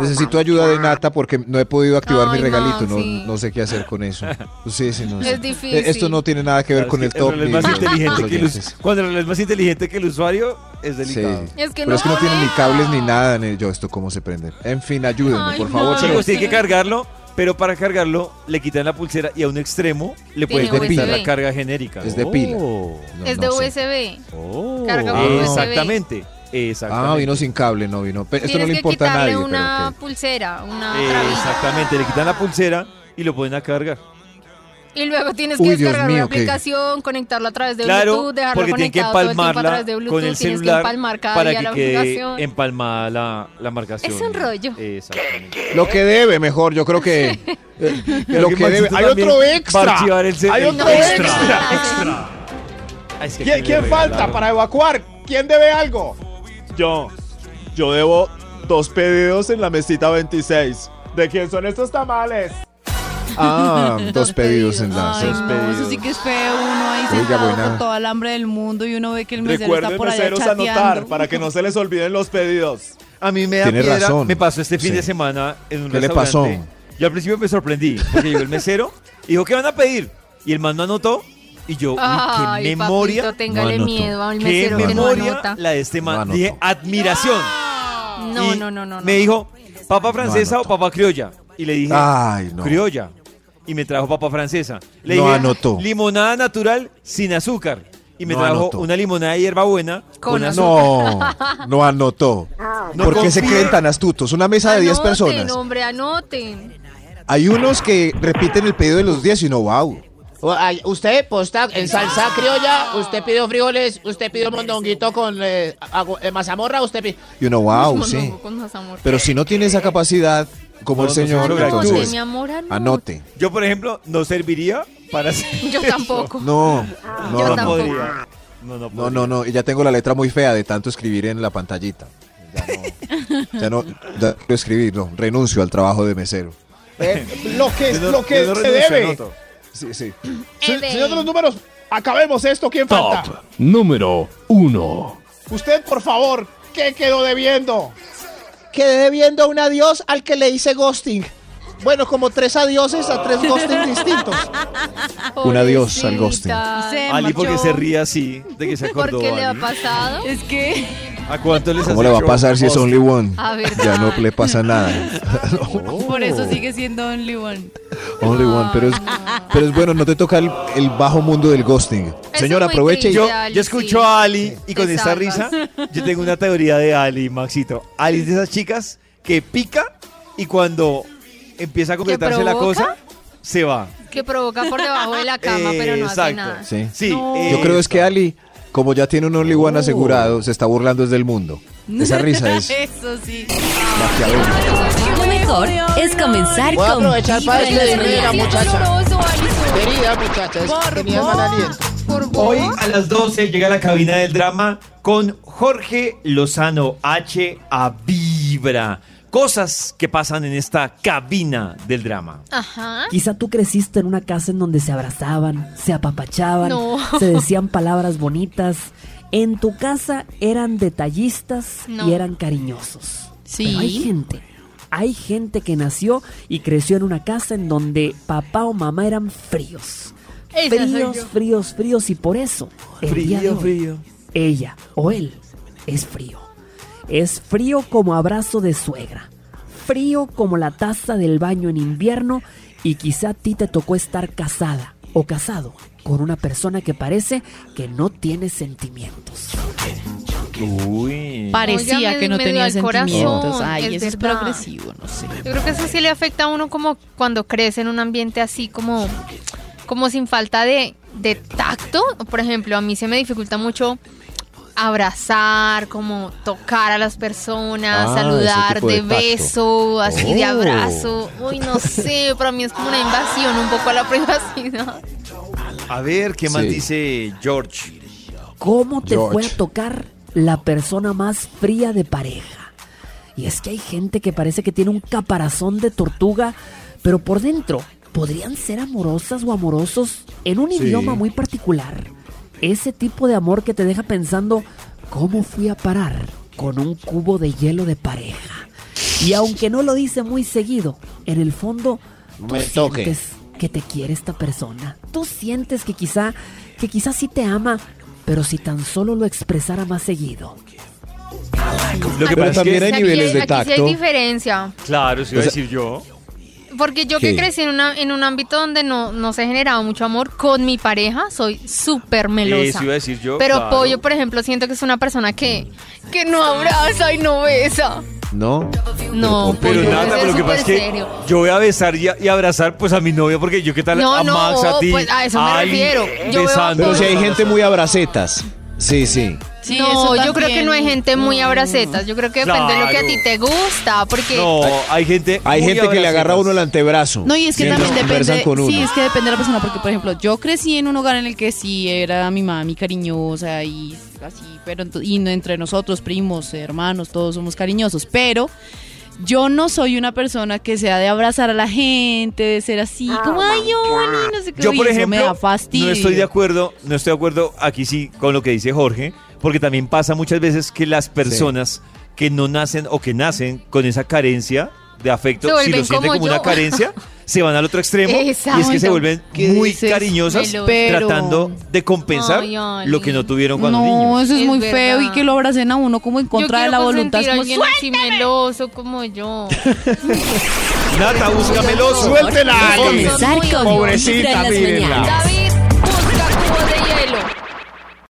necesito ayuda de Nata porque no he podido activar
Ah. Ay,
mi regalito,
no,
no,
sí.
no sé qué hacer con eso. Sí, sí, no
Es
sé.
difícil.
Eh, Esto no tiene nada que ver
Claro,
con
es
el
que
top.
reloj
ni
más
los-
inteligente
los
que el us-
oyentes.
cuando el reloj es más inteligente que el usuario, es
Sí.
delicado.
Es que
Pero
no
es que no
pone.
tiene ni cables ni nada en el- yo esto cómo se prende. En fin, ayúdenme,
Ay,
por
no,
favor. se
Chicos,
los-
Pues tiene que cargarlo, pero para cargarlo le quitan la pulsera y a un extremo le
Tiene
pueden conectar
USB.
la carga genérica.
Es de pila.
Oh.
es de USB. Carga
Ah.
por USB.
Exactamente, exactamente.
Ah, vino sin cable, no vino. Pero esto no
Tienes
le
que
importa a
quitarle
nadie,
una
pero ok.
pulsera, una
Eh,
trabita.
Exactamente, le quitan la pulsera y lo pueden a cargar.
Y luego tienes
Uy,
que
Dios
descargar
mío,
una
qué-
aplicación, conectarlo a través de
Claro,
Bluetooth, dejarlo
porque tienen que
conectado todo el tiempo a
empalmarla
través de Bluetooth,
con el
tienes que
celular
empalmar cada
para
día
que
la aplicación.
quede empalmada la, la marcación.
Es un rollo.
Exactamente.
Lo que debe, mejor, yo creo que. eh, lo que,
que
debe.
Maxito
Hay
también
otro
va a
extra.
archivar el ce-
Hay
el
otro
extra.
extra.
Ay, es que
¿Quién,
aquí
quién
le
falta
regalaron.
para evacuar? ¿Quién debe algo? Yo. Yo debo dos pedidos en la mesita 26. ¿De quién son estos tamales?
Ah, dos pedidos en la.
Ay, no, eso sí que es feo. Uno ahí
Oiga,
sentado
buena.
con todo el hambre del mundo y uno ve que el mesero está
Recuerden,
por allá
meseros,
chateando.
anotar para que no se les olviden los pedidos.
A mí me da
Tiene
piedra.
razón.
Me pasó este fin
Sí.
de semana en un
¿Qué le
restaurante. Yo al principio me sorprendí porque llegó el mesero y dijo, ¿qué van a pedir? Y el man no anotó y yo, uy,
Ay,
qué memoria.
papito, téngale
No anotó.
miedo al
Qué
mesero que no
memoria
anota.
la de este man. Dije, admiración.
No,
Y
no, no, no.
Me dijo, ¿papa francesa o papa criolla? Y le dije,
Ay, no.
criolla. Y me trajo papa francesa. Le
No
dije,
anotó.
limonada natural sin azúcar. Y me
No
trajo
anotó.
una limonada de hierbabuena con,
No,
azúcar.
no anotó.
Ah,
No
¿Por qué se
confío.
creen tan astutos? Una mesa de 10
Anoten,
personas.
hombre, anoten.
Hay unos que repiten el pedido de los 10 y no, wow.
O- ay, Usted posta en salsa criolla, usted pidió frijoles, usted pidió mondonguito con eh, agu- eh, mazamorra, usted pidió...
Y uno, wow,
Uy,
Ah, sí.
mondongo
con mazamorra.
Pero si no tiene esa capacidad, como
No,
el
no se
señor,
sobreactúe.
entonces,
Mi amor, anoten.
anote.
Yo, por ejemplo, no serviría para hacer
Yo tampoco.
No,
Ah,
no,
Yo
no.
tampoco. podría. No, no,
No, no, no, y ya tengo la letra muy fea de tanto escribir en la pantallita. Ya no, ya no quiero escribir, no, renuncio al trabajo de mesero.
Lo que, lo que se debe.
Sí, sí.
Eh,
Se- Señor de los números, acabemos esto. ¿Quién falta?
Top número 1.
Usted, por favor, ¿qué quedó debiendo?
Quedé viendo un adiós al que le hice ghosting. Bueno, como tres adioses a tres ghosting distintos.
Un adiós al ghosting.
Ali porque se ríe así de que se acordó. Ali.
pasado?
Es que
¿A cuánto les
¿Cómo
has
le va a
hecho
pasar si es
post?
Only One?
Ah, ¿verdad?
Ya no le pasa nada.
Oh. por eso sigue siendo Only One.
Only One, pero es, pero es bueno, no te toca el, el bajo mundo del ghosting. Señor, aproveche y
Yo, yo escucho a Ali y con esa risa,
salvas.
yo tengo una teoría de Ali, Maxito. Ali es de esas chicas que pica y cuando empieza a completarse la
provoca?
cosa, se va.
Que provoca por debajo de la cama, pero no
Eh,
hace nada.
Sí.
No.
Yo creo es que Ali, como ya tiene un Only One asegurado, se está burlando desde el mundo. Esa risa es
Eso sí.
Lo mejor es comenzar
Voy a
con
aprovechar para
Vibra en las
despedirme de la
mañanas.
muchacha. Querida muchacha, es que tenía mal aliento.
Hoy a las 12 llega la cabina del drama con Jorge Lozano H a Vibra. Cosas que pasan en esta cabina del drama.
Ajá.
Quizá tú creciste en una casa en donde se abrazaban, se apapachaban,
No.
se decían palabras bonitas. En tu casa eran detallistas
No.
y eran cariñosos.
Sí.
Pero hay gente, hay gente que nació y creció en una casa en donde papá o mamá eran fríos.
Esa soy
fríos,
yo.
fríos, fríos y por eso el día de
Frío,
hoy,
frío.
ella o él es frío. Es frío como abrazo de suegra, frío como la taza del baño en invierno y quizá a ti te tocó estar casada o casado con una persona que parece que no tiene sentimientos.
Uy.
Parecía
Oiga, me-
que no
me dio
tenía
al corazón,
sentimientos. Ay,
es
eso es
verdad.
progresivo, no sé.
Yo creo que eso sí le afecta a uno como cuando crece en un ambiente así como, como sin falta de, de tacto. Por ejemplo, a mí se me dificulta mucho abrazar, como tocar a las personas,
Ah,
saludar
ese tipo de
de,
tacto.
beso, así de
Oh.
abrazo. Uy, no sé, para mí es como una invasión un poco a la privacidad.
A ver, ¿qué más
Sí.
dice George?
¿Cómo te
George.
fue a tocar la persona más fría de pareja. Y es que hay gente que parece que tiene un caparazón de tortuga, pero por dentro podrían ser amorosas o amorosos en un
Sí.
idioma muy particular. Ese tipo de amor que te deja pensando, ¿cómo fui a parar con un cubo de hielo de pareja? Y aunque no lo dice muy seguido, en el fondo
No
tú
me toque.
sientes que te quiere esta persona. Tú sientes que quizá, que quizá sí te ama, pero si tan solo lo expresara más seguido.
Lo que
Pero
pasa es
también
que-
hay
Aquí
niveles
hay-
de
aquí sí
tacto.
hay diferencia.
Claro, si iba a
O sea-
decir yo.
Porque yo que
¿Qué?
crecí en, una, en un ámbito donde no, no se generaba mucho amor con mi pareja, soy súper melosa.
Eso iba a decir yo,
Pero
claro.
Pollo, por ejemplo, siento que es una persona que, que no abraza y no besa.
No.
No,
Pero
Pollo,
nada,
es
pero lo que
súper
pasa es que
serio.
yo voy a besar y, a- y abrazar pues a mi novia porque yo qué tal
No,
a
no,
Max, a ti.
pues, a eso me
Ay,
refiero. Yo veo a
besando.
Pero si hay
gente muy abracetas. Sí, sí.
Sí,
no,
eso
yo creo que
también.
no hay gente muy abracetas. Yo creo que depende de lo que a ti te gusta. Porque
hay gente.
Hay
muy
gente que le agarra a uno el antebrazo.
No, y es que
mientras
también
conversan
depende.
con
Sí,
uno.
es que depende de la persona, porque por ejemplo, yo crecí en un hogar en el que sí era mi mami cariñosa y así, pero ento- y no- entre nosotros, primos, hermanos, todos somos cariñosos, pero yo no soy una persona que sea de abrazar a la gente, de ser así,
Ah,
como
oh
ay, hola", y no sé qué.
Yo,
y
por
eso me da
ejemplo,
fastidio.
no estoy de acuerdo, no estoy de acuerdo aquí sí con lo que dice Jorge, porque también pasa muchas veces que las personas que no nacen o que nacen con esa carencia de afecto,
Se
si
vuelven
lo sienten
como
como, una
yo.
carencia, se van al otro extremo
Exacto.
y es que se vuelven
¿Qué
muy
dices?
cariñosas
Veloz. Pero-
tratando de compensar
Ay, Oli.
lo que no tuvieron cuando
No,
niños.
eso es,
Es
muy
verdad.
feo y que lo abracen a uno como en
yo
contra de
quiero
la voluntad.
consentir a
es como,
alguien
"Suéltame".
así meloso como yo.
Nata, búscamelo.
Suéltela, Ali. Comenzar con Pobrecita, Vibra en las mírenla. mañanas.